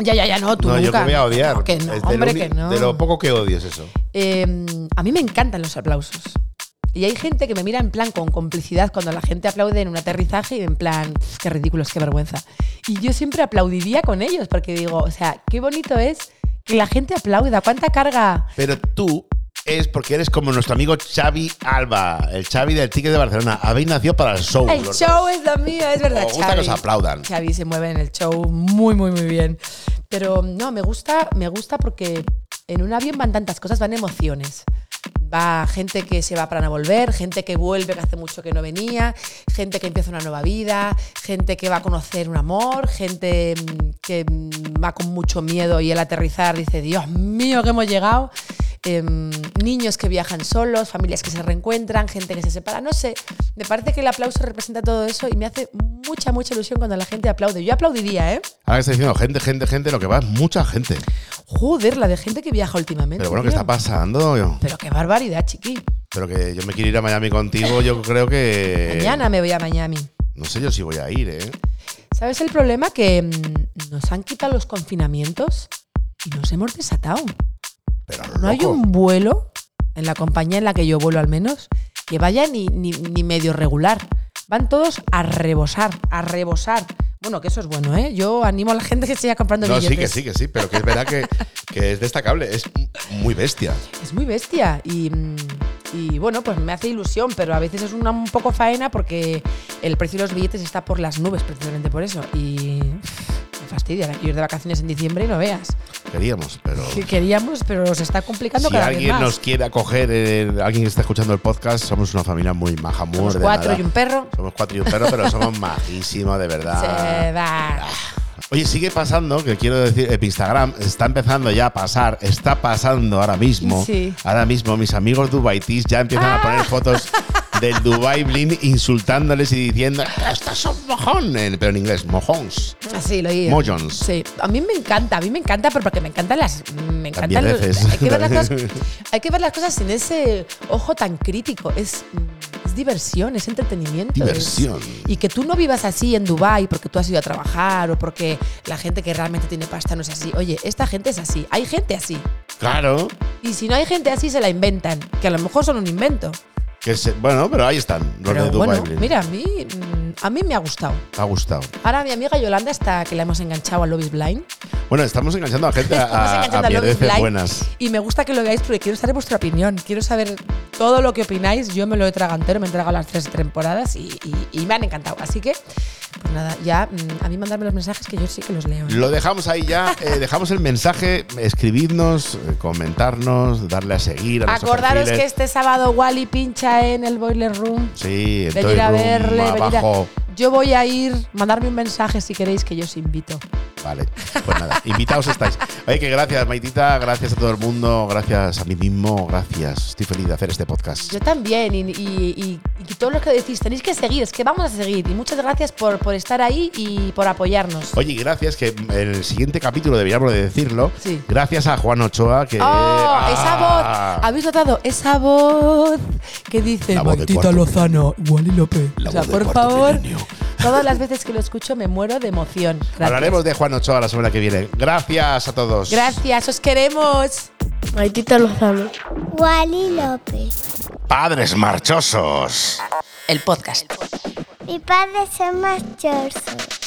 Ya, ya, ya, no, tú
no,
nunca.
yo que voy a odiar.
No, que no,
Es de lo
hombre,
uni-
que no.
De lo poco que odio es eso.
Eh, a mí me encantan los aplausos. Y hay gente que me mira en plan con complicidad cuando la gente aplaude en un aterrizaje y en plan, "Pf, qué ridículos, qué vergüenza. Y yo siempre aplaudiría con ellos porque digo, o sea, qué bonito es que la gente aplauda. ¿Cuánta carga?
Pero tú es porque eres como nuestro amigo Xavi Alba, el Xavi del Ticket de Barcelona. Habéis nacido para el show.
El
los
show es la mía, es verdad.
Os gusta que os
Xavi.
aplaudan.
Xavi se mueve en el show muy, muy, muy bien. Pero no, me gusta, me gusta porque en un avión van tantas cosas, van emociones. Va gente que se va para no volver, gente que vuelve que hace mucho que no venía, gente que empieza una nueva vida, gente que va a conocer un amor, gente mm, que mm, va con mucho miedo y al aterrizar dice, Dios mío, que hemos llegado. Em, niños que viajan solos, familias que se reencuentran, gente que se separa, no sé. Me parece que el aplauso representa todo eso y me hace mucha, mucha ilusión cuando la gente aplaude. Yo aplaudiría, ¿eh?
Ahora que está diciendo gente, gente, gente, lo que va es mucha gente.
Joder, la de gente que viaja últimamente.
Pero bueno, ¿qué
tío.
está pasando?
Pero qué barbaridad, chiqui.
Pero que yo me quiero ir a Miami contigo, yo creo que.
Mañana me voy a Miami.
No sé yo si voy a ir, ¿eh?
¿Sabes el problema? Que mm, nos han quitado los confinamientos y nos hemos desatado.
Pero
No hay
loco.
un vuelo, en la compañía en la que yo vuelo al menos, que vaya ni, ni, ni medio regular. Van todos a rebosar, a rebosar. Bueno, que eso es bueno, ¿eh? Yo animo a la gente que siga comprando
No, sí, que
billetes.
sí, que sí, pero que es verdad que, que es destacable, es muy bestia.
Es muy bestia y, mm, y, bueno, pues me hace ilusión, pero a veces es una un poco faena porque el precio de los billetes está por las nubes precisamente por eso. Y me fastidia. Quiero ir de vacaciones en diciembre y no veas.
Queríamos, pero
Que queríamos, pero se está complicando
Oh. si
cada vez
alguien
más.
nos quiere acoger, eh, alguien que está escuchando el podcast, somos una familia muy maja, muy
Somos
ordenada.
cuatro y un perro.
Somos cuatro y un perro, pero
(laughs)
somos majísimos, de
Se
verdad.
va.
Oye, sigue pasando, que quiero decir, eh, Instagram está empezando ya a pasar, está pasando ahora mismo.
Sí. Ah.
Ahora mismo mis amigos dubaitis ya empiezan a poner
(laughs)
fotos del Dubai Blin insultándoles y diciendo, estos son mojones, pero en inglés, mojons.
Ah, Sí, lo oí.
Mojons.
Sí, a mí me encanta, a mí me encanta, pero porque me encantan las. Me encantan
También
los-
veces.
hay, que ver
(laughs)
las cosas, hay que ver las cosas sin ese ojo tan crítico. Es, es diversión, es entretenimiento. es-
Diversión.
y que tú no vivas así en Dubai porque tú has ido a trabajar o porque la gente que realmente tiene pasta no es así. Oye, esta gente es así, hay gente así.
Claro.
Y si no hay gente así, se la inventan, que a lo mejor son un invento.
Que se- bueno, pero ahí están los
Pero
de Dubai.
bueno,
Blin.
mira, a mí, mm, a mí me ha gustado.
Ha gustado.
Ahora mi amiga Yolanda está que la hemos enganchado a Lobby's Blind.
Bueno, estamos enganchando a gente a,
Estamos
a,
enganchando
a
a Love is
mierdeces
Blind.
buenas.
Y me gusta que lo veáis porque quiero saber vuestra opinión. Quiero saber todo lo que opináis. Yo me lo he tragado entero, me he tragado las tres temporadas y, y- y me han encantado. Así que, pues nada, ya mm, a mí mandarme los mensajes que yo sí que los leo. ¿eh?
Lo dejamos ahí ya. eh, dejamos el mensaje. Escribidnos, eh, comentarnos, darle a seguir. A nuestros
Acordaros que
perfiles.
este sábado Wally pincha en el Boiler Room.
Sí, en Toy
Venir a
Room,
verle, venir a-
abajo.
Yo voy a ir, mandarme un mensaje si queréis que yo os invito.
Vale, pues nada, invitados estáis. Oye, que gracias, Maitita, gracias a todo el mundo, gracias a mí mismo, gracias. Estoy feliz de hacer este podcast.
Yo también, y, y- y- y que todos los que decís, tenéis que seguir, es que vamos a seguir. Y muchas gracias por, por estar ahí y por apoyarnos.
Oye, y gracias, que en el siguiente capítulo deberíamos de decirlo.
Sí.
Gracias a Juan Ochoa, que.
¡Oh!
¡Ah!
Esa voz. ¿Habéis notado? Esa voz que dice
La voz de
Maitita
cuarto
Lozano, Wally López.
La
O sea,
voz de
por
cuarto
favor,
milenio.
Todas las veces que lo escucho me muero de emoción. Gracias.
Hablaremos de Juan Ochoa la semana que viene. Gracias a todos.
Gracias, os queremos.
Maitita Lozano.
Wally López.
Padres marchosos.
El podcast.
Mi padre se llama Chorso.